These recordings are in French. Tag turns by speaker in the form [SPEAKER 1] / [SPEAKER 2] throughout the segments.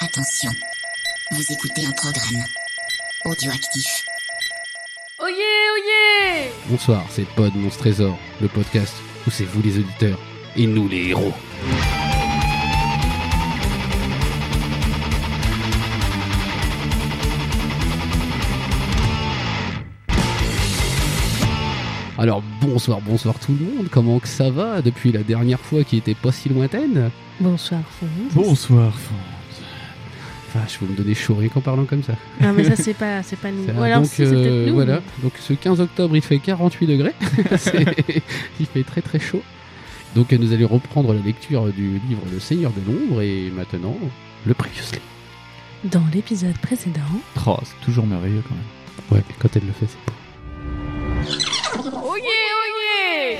[SPEAKER 1] Attention, vous écoutez un programme audioactif.
[SPEAKER 2] Oyez, oyez
[SPEAKER 3] Bonsoir, c'est Pod Monstre Trésor, le podcast où c'est vous les auditeurs et nous les héros. Alors bonsoir, bonsoir tout le monde, comment que ça va depuis la dernière fois qui était pas si lointaine
[SPEAKER 4] Bonsoir.
[SPEAKER 5] Bonsoir, Fonz.
[SPEAKER 3] Vache, vous me donnez chaud rien qu'en parlant comme ça.
[SPEAKER 4] Ah mais ça c'est pas c'est pas nous.
[SPEAKER 3] Ça,
[SPEAKER 4] Ou alors
[SPEAKER 3] donc,
[SPEAKER 4] si, c'est peut-être
[SPEAKER 3] euh,
[SPEAKER 4] nous.
[SPEAKER 3] voilà. Donc ce 15 octobre, il fait 48 degrés. C'est- il fait très très chaud. Donc euh, nous allons reprendre la lecture du livre Le Seigneur de l'ombre et maintenant le Previously.
[SPEAKER 4] mais Dans l'épisode précédent,
[SPEAKER 5] Oh, c'est toujours merveilleux quand même.
[SPEAKER 3] Ouais, quand elle le fait, c'est
[SPEAKER 2] Oyez, oyez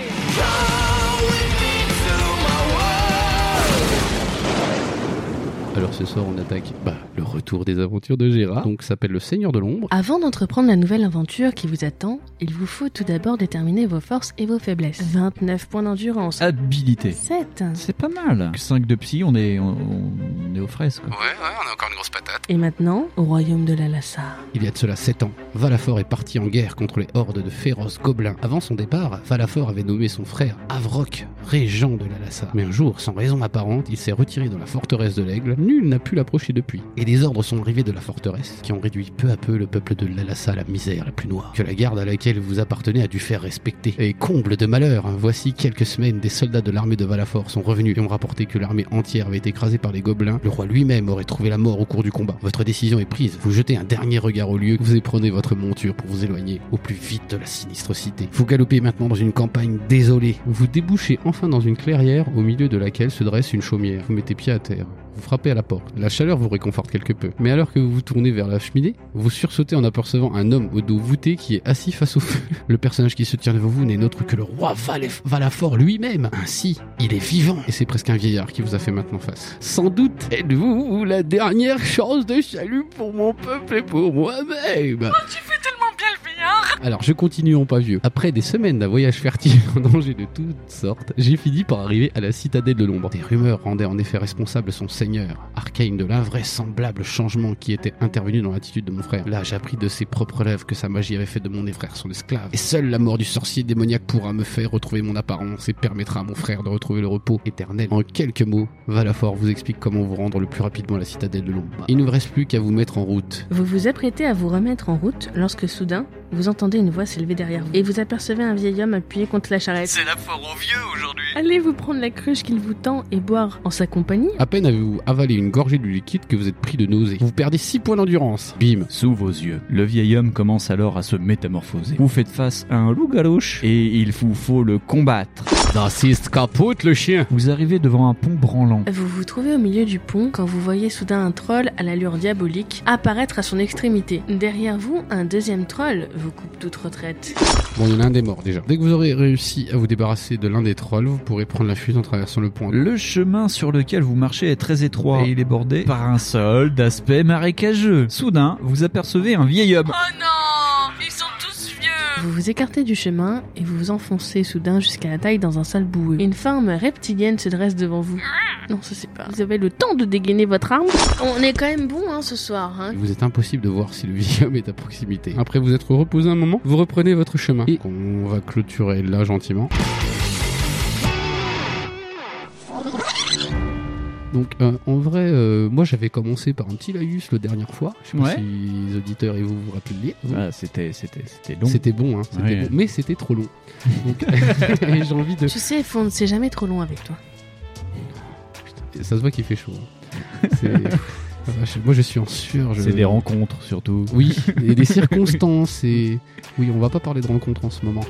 [SPEAKER 3] Alors ce soir, on attaque bah, le retour des aventures de Gérard. Donc ça s'appelle Le Seigneur de l'ombre.
[SPEAKER 4] avant d'entreprendre la nouvelle aventure qui vous attend, il vous faut tout d'abord déterminer vos forces et vos faiblesses. 29 points d'endurance.
[SPEAKER 3] Ah.
[SPEAKER 5] Habilité.
[SPEAKER 4] 7.
[SPEAKER 5] C'est pas mal. 5 de psy, on est, on, on est aux fraises quoi.
[SPEAKER 3] ouais, on a encore une grosse patate.
[SPEAKER 4] Et maintenant, au royaume de la Lhasa.
[SPEAKER 3] Il y a de cela 7 ans, Valafort est parti en guerre contre les hordes de féroces gobelins. Avant son départ, Valafort avait nommé son frère Avroc, régent de la Lhasa. Mais un jour, sans raison apparente, il s'est retiré dans la forteresse de l'Aigle. Nul n'a pu l'approcher depuis. Et des ordres sont arrivés de la forteresse, qui ont réduit peu à peu le peuple de la Lhasa à la misère la plus noire. Que la garde à laquelle vous appartenez a dû faire respecter. Et comble de malheur, hein. voici quelques semaines, des soldats de l'armée de Valafort sont revenus et ont rapporté que l'armée entière avait été écrasée par les gobelins. Le roi lui-même aurait trouvé la mort au cours du combat. Votre décision est prise. Vous jetez un dernier regard au lieu, vous éprenez votre monture pour vous éloigner au plus vite de la sinistre cité. Vous galopez maintenant dans une campagne désolée. Vous débouchez enfin dans une clairière au milieu de laquelle se dresse une chaumière. Vous mettez pied à terre. Vous frappez à la porte. La chaleur vous réconforte quelque peu. Mais alors que vous vous tournez vers la cheminée, vous sursautez en apercevant un homme au dos voûté qui est assis face au feu. Le personnage qui se tient devant vous n'est autre que le roi Valef- Valafort lui-même. Ainsi, il est vivant. Et c'est presque un vieillard qui vous a fait maintenant face. Sans doute, êtes-vous la dernière chance de salut pour mon peuple et pour moi-même.
[SPEAKER 2] Tellement bien le vieillard
[SPEAKER 3] Alors, je continue en pas vieux. Après des semaines d'un voyage fertile en danger de toutes sortes, j'ai fini par arriver à la citadelle de l'ombre. Des rumeurs rendaient en effet responsable son seigneur, Arcane, de l'invraisemblable changement qui était intervenu dans l'attitude de mon frère. Là, j'appris de ses propres lèvres que sa magie avait fait de mon frère son esclave. Et seule la mort du sorcier démoniaque pourra me faire retrouver mon apparence et permettra à mon frère de retrouver le repos éternel. En quelques mots, Valafort vous explique comment vous rendre le plus rapidement à la citadelle de l'ombre. Il ne vous reste plus qu'à vous mettre en route.
[SPEAKER 4] Vous vous apprêtez à vous remettre en route lorsque soudain, vous entendez une voix s'élever derrière vous et vous apercevez un vieil homme appuyé contre la charrette.
[SPEAKER 5] la foire aux vieux aujourd'hui.
[SPEAKER 4] Allez vous prendre la cruche qu'il vous tend et boire en sa compagnie
[SPEAKER 3] À peine avez-vous avalé une gorgée du liquide que vous êtes pris de nausée. Vous perdez 6 points d'endurance. Bim.
[SPEAKER 5] Sous vos yeux, le vieil homme commence alors à se métamorphoser. Vous faites face à un loup galouche et il vous faut le combattre.
[SPEAKER 3] D'assiste capote Bah, le chien.
[SPEAKER 5] Vous arrivez devant un pont branlant.
[SPEAKER 4] Vous vous trouvez au milieu du pont quand vous voyez soudain un troll à l'allure diabolique apparaître à son extrémité. Derrière vous, un deuxième troll vous coupe toute retraite.
[SPEAKER 3] Bon, il y en a un des morts déjà. Dès que vous aurez réussi à vous débarrasser de l'un des trolls, vous pourrez prendre la fuite en traversant le pont.
[SPEAKER 5] Le chemin sur lequel vous marchez est très étroit et il est bordé par un sol d'aspect marécageux. Soudain, vous apercevez un vieil homme.
[SPEAKER 2] Oh non Ils sont tous vieux
[SPEAKER 4] Vous vous écartez du chemin et vous vous enfoncez soudain jusqu'à la taille dans un sale boueux. Une forme reptilienne se dresse devant vous. Non, ça c'est pas. Vous avez le temps de dégainer votre arme. On est quand même bon hein, ce soir. Hein.
[SPEAKER 3] Il vous est impossible de voir si le vieil homme est à proximité. Après vous être reposé un moment, vous reprenez votre chemin. Et on va clôturer là gentiment. Donc euh, en vrai, euh, moi j'avais commencé par un petit laïus la dernière fois. Je sais pas
[SPEAKER 5] Ouais.
[SPEAKER 3] si les auditeurs et vous vous rappelez de lire.
[SPEAKER 5] Ah, c'était, c'était, c'était long.
[SPEAKER 3] C'était bon, hein, c'était
[SPEAKER 5] Ouais.
[SPEAKER 3] bon. mais c'était trop long. Donc, et j'ai envie de.
[SPEAKER 4] Tu sais, Fond, c'est jamais trop long avec toi.
[SPEAKER 3] Ça se voit qu'il fait chaud. hein. C'est- Ah, je- Moi, je suis en sueur. je-
[SPEAKER 5] C'est des rencontres surtout.
[SPEAKER 3] Oui, et des circonstances. Et oui, on va pas parler de rencontres en ce moment.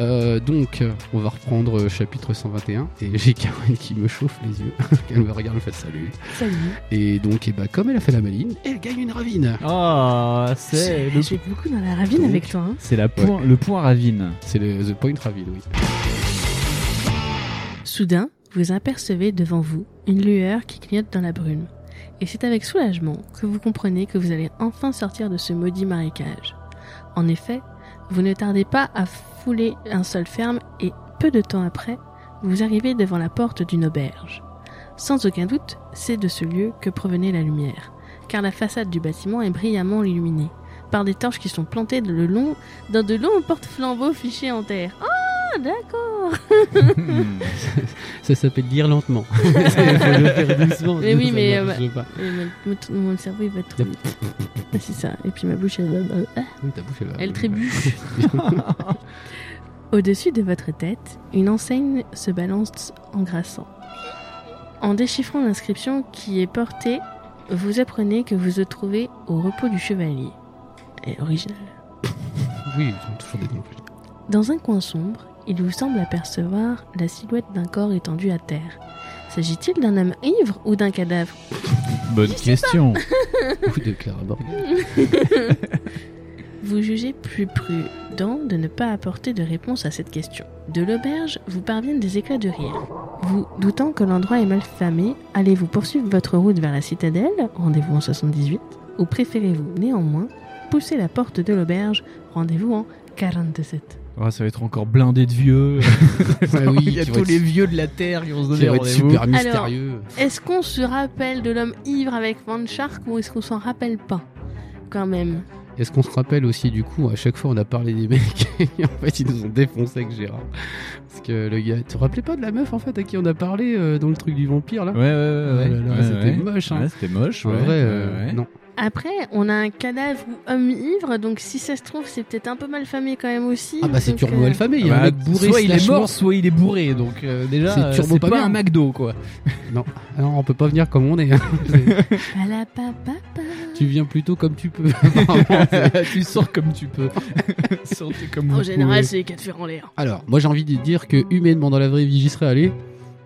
[SPEAKER 3] Euh, donc, euh, on va reprendre euh, chapitre 121. Et j'ai Kawen qui me chauffe les yeux. elle me regarde, elle me fait salut.
[SPEAKER 4] Salut.
[SPEAKER 3] Et donc, et bah, comme elle a fait la maline, elle gagne une ravine.
[SPEAKER 5] Ah, c'est le,
[SPEAKER 4] J'ai beaucoup dans la ravine
[SPEAKER 3] Donc.
[SPEAKER 4] avec toi. Hein.
[SPEAKER 5] c'est la point, le point ravine.
[SPEAKER 3] C'est le The Point Ravine, oui.
[SPEAKER 4] Soudain, vous apercevez devant vous une lueur qui clignote dans la brume. Et c'est avec soulagement que vous comprenez que vous allez enfin sortir de ce maudit marécage. En effet, vous ne tardez pas à fouler un sol ferme et peu de temps après, vous arrivez devant la porte d'une auberge. Sans aucun doute, c'est de ce lieu que provenait la lumière, car la façade du bâtiment est brillamment illuminée par des torches qui sont plantées de le long, dans de longs porte-flambeaux fichés en terre. Ah, d'accord
[SPEAKER 3] Ça s'appelle lire lentement. Il faut le faire doucement.
[SPEAKER 4] Mais oui,
[SPEAKER 3] Ça
[SPEAKER 4] mais,
[SPEAKER 3] marche pas.
[SPEAKER 4] Et mon, mon- mon cerveau, il va trop vite. Ah, c'est ça. Et puis ma bouche, elle,
[SPEAKER 3] Oui, ta bouche, elle, va-
[SPEAKER 4] Ah, elle trébuche. Au-dessus de votre tête, une enseigne se balance en grassant. En déchiffrant l'inscription qui est portée, vous apprenez que vous vous trouvez au repos du chevalier. Et original.
[SPEAKER 3] oui, ils ont toujours des noms.
[SPEAKER 4] Dans un coin sombre, il vous semble apercevoir la silhouette d'un corps étendu à terre. S'agit-il d'un homme ivre ou d'un cadavre
[SPEAKER 5] Bonne question.
[SPEAKER 3] Ou de Clara Morgan.
[SPEAKER 4] Vous jugez plus prudent de ne pas apporter de réponse à cette question. De l'auberge, vous parviennent des éclats de rire. Vous, doutant que l'endroit est mal famé, allez-vous poursuivre votre route vers la citadelle, rendez-vous en 78, ou préférez-vous néanmoins pousser la porte de l'auberge, rendez-vous en 47
[SPEAKER 5] Ah, ça va être encore blindé de vieux.
[SPEAKER 3] Ah oui,
[SPEAKER 5] Il y a
[SPEAKER 3] qui
[SPEAKER 5] tous
[SPEAKER 3] va
[SPEAKER 5] les
[SPEAKER 3] être-
[SPEAKER 5] vieux de la Terre qui vont se
[SPEAKER 3] qui
[SPEAKER 5] donner
[SPEAKER 3] va être
[SPEAKER 5] rendez-vous.
[SPEAKER 3] super mystérieux.
[SPEAKER 4] Est-ce qu'on se rappelle de l'homme ivre avec Van Shark ou est-ce qu'on s'en rappelle pas Quand même.
[SPEAKER 3] Est-ce qu'on se rappelle aussi du coup, à chaque fois on a parlé des mecs et en fait ils nous ont défoncé avec Gérard. Parce que le gars, tu te rappelais pas de la meuf en fait à qui on a parlé euh, dans le truc du vampire là
[SPEAKER 5] Ouais, ouais, ouais.
[SPEAKER 3] Oh là là,
[SPEAKER 5] ouais,
[SPEAKER 3] c'était
[SPEAKER 5] ouais.
[SPEAKER 3] moche, hein.
[SPEAKER 5] Ouais, c'était moche,
[SPEAKER 3] En
[SPEAKER 5] ouais.
[SPEAKER 3] vrai, euh,
[SPEAKER 5] ouais, ouais.
[SPEAKER 3] non.
[SPEAKER 4] Après, on a un cadavre ou homme ivre, donc si ça se trouve, c'est peut-être un peu mal famé quand même aussi.
[SPEAKER 3] Ah bah c'est
[SPEAKER 4] donc,
[SPEAKER 3] Turbo
[SPEAKER 4] euh,
[SPEAKER 3] Alpha, mais il y a
[SPEAKER 5] Ah
[SPEAKER 3] un
[SPEAKER 5] bah,
[SPEAKER 3] mec bourré,
[SPEAKER 5] soit il est
[SPEAKER 3] slash
[SPEAKER 5] mort, soit il est bourré. Donc euh, déjà,
[SPEAKER 3] C'est
[SPEAKER 5] euh,
[SPEAKER 3] turbo
[SPEAKER 5] c'est
[SPEAKER 3] pas
[SPEAKER 5] pas,
[SPEAKER 3] bien.
[SPEAKER 5] un McDo, quoi.
[SPEAKER 3] Ah non, on peut pas venir comme on est. hein.
[SPEAKER 4] Palapapapa.
[SPEAKER 3] tu viens plutôt comme tu peux.
[SPEAKER 5] tu sors comme tu peux. Sortez comme vous
[SPEAKER 4] En général,
[SPEAKER 5] pouvez.
[SPEAKER 4] c'est les quatre fers en l'air.
[SPEAKER 3] Alors, moi j'ai envie de dire que humainement dans la vraie vie j'y serais allé.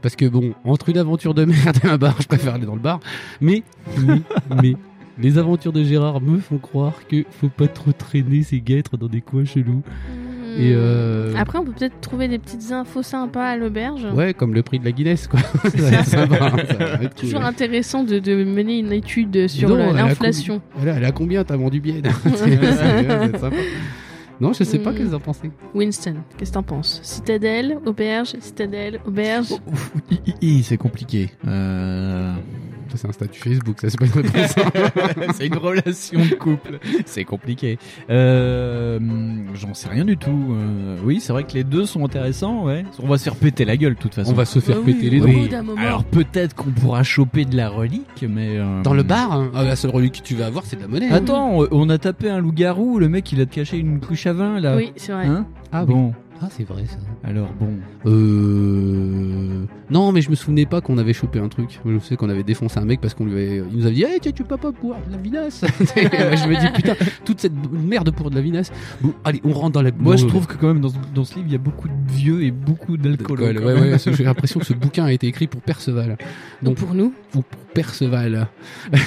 [SPEAKER 3] Parce que bon, entre une aventure de merde et un bar, je préfère aller dans le bar. Mais, mais, mais, les aventures de Gérard me font croire que faut pas trop traîner ces guêtres dans des coins chelous.
[SPEAKER 4] Hmm.
[SPEAKER 3] Et euh,
[SPEAKER 4] Après, on peut peut-être trouver des petites infos sympas à l'auberge.
[SPEAKER 3] Ouais, comme le prix de la Guinness, quoi. C'est sympa. hein, ça va être cool.
[SPEAKER 4] Toujours intéressant de, de mener une étude sur
[SPEAKER 3] Non,
[SPEAKER 4] le-
[SPEAKER 3] elle a
[SPEAKER 4] l'inflation.
[SPEAKER 3] Elle a, elle a combien t'as vendu bien C'est- c'est sympa. Non, je sais pas
[SPEAKER 4] Mm.
[SPEAKER 3] que vous en pensez.
[SPEAKER 4] Winston, qu'est-ce que t'en penses Citadelle, auberge, citadelle,
[SPEAKER 5] Oh,
[SPEAKER 4] auberge.
[SPEAKER 5] Hi, hi, hi, C'est compliqué. Euh,
[SPEAKER 3] Ça, C'est un statut Facebook, ça c'est pas une réponse.
[SPEAKER 5] c'est une relation de couple. C'est compliqué. Euh, J'en sais rien du tout. Euh, oui, c'est vrai que les deux sont intéressants. Ouais. On va se faire péter la gueule, de toute façon.
[SPEAKER 3] On va se faire
[SPEAKER 4] Ah oui,
[SPEAKER 3] péter les
[SPEAKER 4] au
[SPEAKER 3] dents.
[SPEAKER 4] bout d'un moment.
[SPEAKER 5] Alors peut-être qu'on pourra choper de la relique, mais euh,
[SPEAKER 3] Dans le bar, hein, ah, la seule relique que tu vas avoir, c'est de la monnaie. hein.
[SPEAKER 5] Attends, on a tapé un loup-garou. Le mec, il a caché une couche à vin là.
[SPEAKER 4] Oui, c'est vrai.
[SPEAKER 5] Hein
[SPEAKER 3] Ah bon.
[SPEAKER 5] bon.
[SPEAKER 3] Ah, c'est vrai ça.
[SPEAKER 5] Alors bon.
[SPEAKER 3] Euh... Non, mais je me souvenais pas qu'on avait chopé un truc. Je sais qu'on avait défoncé un mec parce qu'on lui avait... Il nous avait dit, hey, tiens, tu peux pas boire de la vinasse. je me dis, putain, toute cette merde pour de la vinasse. Bon, allez, on rentre dans la...
[SPEAKER 5] Moi, je
[SPEAKER 3] Bon,
[SPEAKER 5] trouve que quand même dans ce, dans ce livre, il y a beaucoup de vieux et beaucoup d'alcool. hein.
[SPEAKER 3] d'alcool.
[SPEAKER 5] quand
[SPEAKER 3] Ouais,
[SPEAKER 5] même.
[SPEAKER 3] ouais, parce que j'ai l'impression que ce bouquin a été écrit pour Perceval.
[SPEAKER 4] Donc pour nous,
[SPEAKER 3] Ou pour Perceval. bon,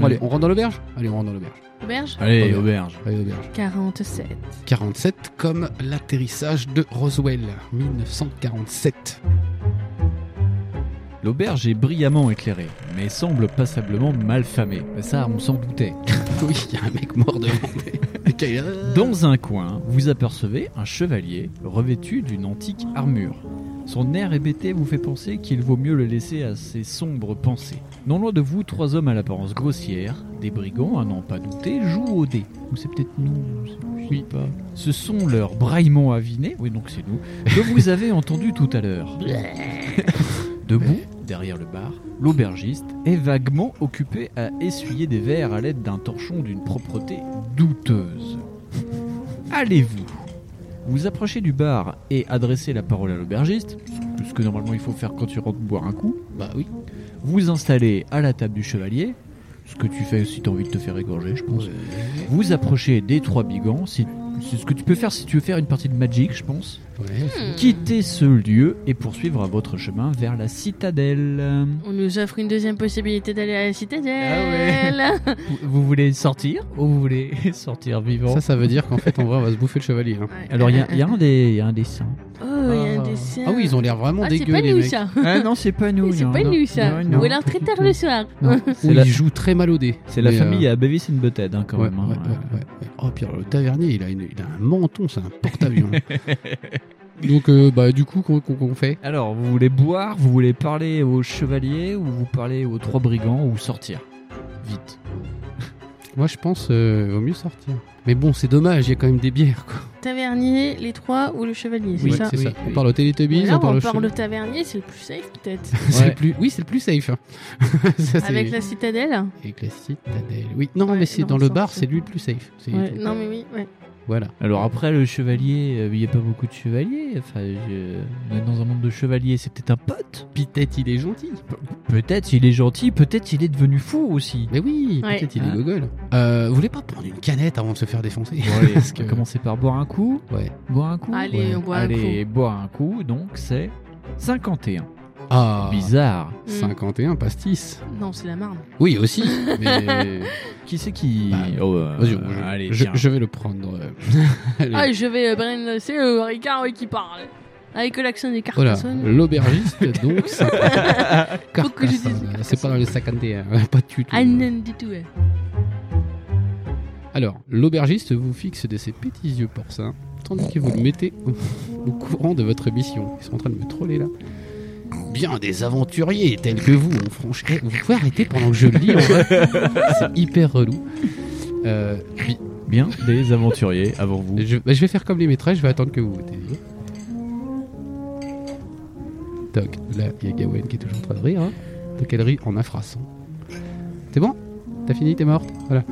[SPEAKER 5] Ouais.
[SPEAKER 3] allez, on rentre dans l'auberge Allez, on rentre dans l'auberge.
[SPEAKER 4] auberge
[SPEAKER 5] Allez,
[SPEAKER 3] Ouais.
[SPEAKER 5] auberge.
[SPEAKER 3] Allez, l'auberge.
[SPEAKER 4] 47.
[SPEAKER 3] 47, comme l'atterrissage de Roswell, 1947.
[SPEAKER 5] L'auberge est brillamment éclairée, mais semble passablement mal famée. Mais ça, on s'en doutait.
[SPEAKER 3] oui, il y a un mec mort devant.
[SPEAKER 5] Dans un coin, vous apercevez un chevalier revêtu d'une antique armure. Son air hébété vous fait penser qu'il vaut mieux le laisser à ses sombres pensées. Non loin de vous, trois hommes à l'apparence grossière, des brigands à n'en pas douter, jouent au dé. Ou c'est peut-être nous, je sais pas. Ce sont leurs braillements avinés, oui donc c'est nous, que vous avez entendu tout à l'heure. Debout, derrière le bar, l'aubergiste est vaguement occupé à essuyer des verres à l'aide d'un torchon d'une propreté douteuse. Allez-vous Vous approchez du bar et adressez la parole à l'aubergiste, ce que normalement il faut faire quand tu rentres boire un coup.
[SPEAKER 3] bah oui.
[SPEAKER 5] Vous installez à la table du chevalier, ce que tu fais si tu as envie de te faire égorger, je pense. Vous approchez des trois brigands, c'est c'est ce que tu peux faire si tu veux faire une partie de Magic, je pense.
[SPEAKER 3] Ouais,
[SPEAKER 4] Hmm.
[SPEAKER 5] Quittez ce lieu et poursuivre votre chemin vers la citadelle.
[SPEAKER 4] On nous offre une deuxième possibilité d'aller à la citadelle.
[SPEAKER 5] Vous- Vous voulez sortir ou vous voulez sortir vivant
[SPEAKER 3] Ça, ça veut dire qu'en fait, en vrai, on va se bouffer le chevalier. hein.
[SPEAKER 4] Ouais.
[SPEAKER 5] Alors il y a, il y a un des, il y a un des saints.
[SPEAKER 4] Oh, il y a un
[SPEAKER 5] Ah.
[SPEAKER 4] dessin.
[SPEAKER 3] Ah oui, ils ont l'air vraiment
[SPEAKER 4] Ah, c'est
[SPEAKER 3] dégueux,
[SPEAKER 4] pas
[SPEAKER 3] les
[SPEAKER 4] nous
[SPEAKER 3] mecs.
[SPEAKER 4] ça.
[SPEAKER 5] Ah non, c'est pas nous.
[SPEAKER 4] C'est pas nous ça.
[SPEAKER 5] Non, non.
[SPEAKER 4] Ou alors très tard le soir.
[SPEAKER 5] Non.
[SPEAKER 3] Ou
[SPEAKER 5] C'est la,
[SPEAKER 3] Ils jouent très mal au dé.
[SPEAKER 5] c'est la
[SPEAKER 3] Mais,
[SPEAKER 5] famille
[SPEAKER 3] euh,
[SPEAKER 5] à Beavis and Butthead hein, quand
[SPEAKER 3] ouais,
[SPEAKER 5] même. hein.
[SPEAKER 3] ouais, ouais, ouais. Oh, puis alors, le tavernier, il a, une- il a un menton, c'est un porte-avions. Donc, euh, bah, du coup, qu'on qu'on- qu'on fait
[SPEAKER 5] Alors, vous voulez boire, vous voulez parler aux chevaliers, ou vous parlez aux trois brigands, ou sortir Vite.
[SPEAKER 3] Moi, je pense euh, vaut mieux sortir. Mais bon, c'est dommage, il y a quand même des bières, quoi.
[SPEAKER 4] Tavernier, les trois ou le chevalier, c'est
[SPEAKER 5] Oui,
[SPEAKER 4] ça
[SPEAKER 3] c'est ça.
[SPEAKER 5] oui,
[SPEAKER 3] On
[SPEAKER 5] oui.
[SPEAKER 3] parle au
[SPEAKER 4] Mais
[SPEAKER 3] Teletubbies,
[SPEAKER 4] là,
[SPEAKER 3] on parle au
[SPEAKER 4] le
[SPEAKER 3] cheval.
[SPEAKER 4] tavernier, c'est le plus safe peut-être.
[SPEAKER 3] C'est le
[SPEAKER 5] Ouais.
[SPEAKER 3] plus... Oui, c'est le plus safe. hein. Ça, c'est-
[SPEAKER 4] Avec la citadelle
[SPEAKER 3] Avec la citadelle. Oui, non,
[SPEAKER 4] Ouais,
[SPEAKER 3] mais c'est
[SPEAKER 4] dans
[SPEAKER 3] dans
[SPEAKER 4] le
[SPEAKER 3] le
[SPEAKER 4] sens,
[SPEAKER 3] bar,
[SPEAKER 4] c'est-
[SPEAKER 3] c'est lui le plus safe. C'est-
[SPEAKER 4] Ouais, Non mais oui, ouais.
[SPEAKER 3] Voilà.
[SPEAKER 5] Alors après, le chevalier, euh, il n'y a pas beaucoup de chevaliers. Enfin, je- on est dans un monde de chevaliers, c'est peut-être un pote.
[SPEAKER 3] Peut-être il est gentil.
[SPEAKER 5] Peut-être il est gentil, peut-être il est devenu fou aussi.
[SPEAKER 3] Mais oui,
[SPEAKER 4] Ouais.
[SPEAKER 3] peut-être il est
[SPEAKER 5] Ah.
[SPEAKER 3] gogol. Euh, vous voulez pas prendre une canette avant de se faire défoncer
[SPEAKER 5] Bon, allez,
[SPEAKER 3] Parce
[SPEAKER 5] on va
[SPEAKER 3] que-
[SPEAKER 5] commencer par boire un coup.
[SPEAKER 3] Ouais.
[SPEAKER 5] Boire un coup.
[SPEAKER 4] Allez,
[SPEAKER 3] Ouais.
[SPEAKER 4] on boit un coup.
[SPEAKER 5] Allez, boire un coup, donc c'est 51.
[SPEAKER 3] Ah,
[SPEAKER 5] Bizarre.
[SPEAKER 4] Mm.
[SPEAKER 3] 51 pastis.
[SPEAKER 4] Non, c'est la marne.
[SPEAKER 3] Oui, aussi. Mais
[SPEAKER 5] Qui c'est qui
[SPEAKER 3] Bah,
[SPEAKER 5] Oh, euh,
[SPEAKER 3] vas-y,
[SPEAKER 5] euh,
[SPEAKER 3] je,
[SPEAKER 5] allez,
[SPEAKER 3] je-
[SPEAKER 5] tiens.
[SPEAKER 3] je vais le prendre. euh, Allez.
[SPEAKER 4] Ah, je vais euh, Bren, c'est le Ricard oui, qui parle. Avec l'accent des
[SPEAKER 3] Voilà,
[SPEAKER 4] Carcassonne.
[SPEAKER 3] l'aubergiste, donc, ça-
[SPEAKER 4] Faut que je
[SPEAKER 3] Carcassonne.
[SPEAKER 4] dise Carcassonne.
[SPEAKER 3] C'est pas dans le 51, hein, pas du tout.
[SPEAKER 4] Ah non, du tout. ouais.
[SPEAKER 3] Alors, l'aubergiste vous fixe de ses petits yeux porcins, tandis que vous le mettez au, au courant de votre mission. Ils sont en train de me troller là. Bien des aventuriers tels que vous ont franchi. Eh, Vous pouvez arrêter pendant que je le lis, en vrai. c'est hyper relou. Euh, puis,
[SPEAKER 5] Bien, des aventuriers avant vous.
[SPEAKER 3] je, bah, je vais faire comme les métrages, je vais attendre que vous votez. Toc, là, il y a Gawain qui est toujours en train de rire. hein. Donc elle rit en affrassant. C'est bon T'as fini, t'es morte Voilà.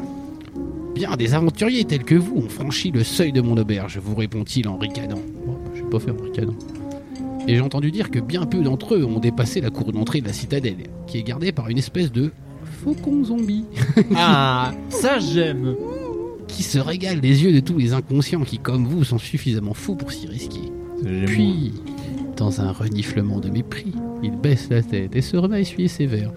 [SPEAKER 3] Bien des aventuriers tels que vous ont franchi le seuil de mon auberge, vous répond-il en ricanant. Bon, je vais pas faire en ricanant. Et j'ai entendu dire que bien peu d'entre eux ont dépassé la cour d'entrée de la citadelle, qui est gardée par une espèce de faucon zombie
[SPEAKER 5] Ah, ça j'aime.
[SPEAKER 3] qui se régale des yeux de tous les inconscients qui, comme vous, sont suffisamment fous pour s'y risquer. Puis, dans un reniflement de mépris, il baisse la tête et se remet à essuyer ses verres.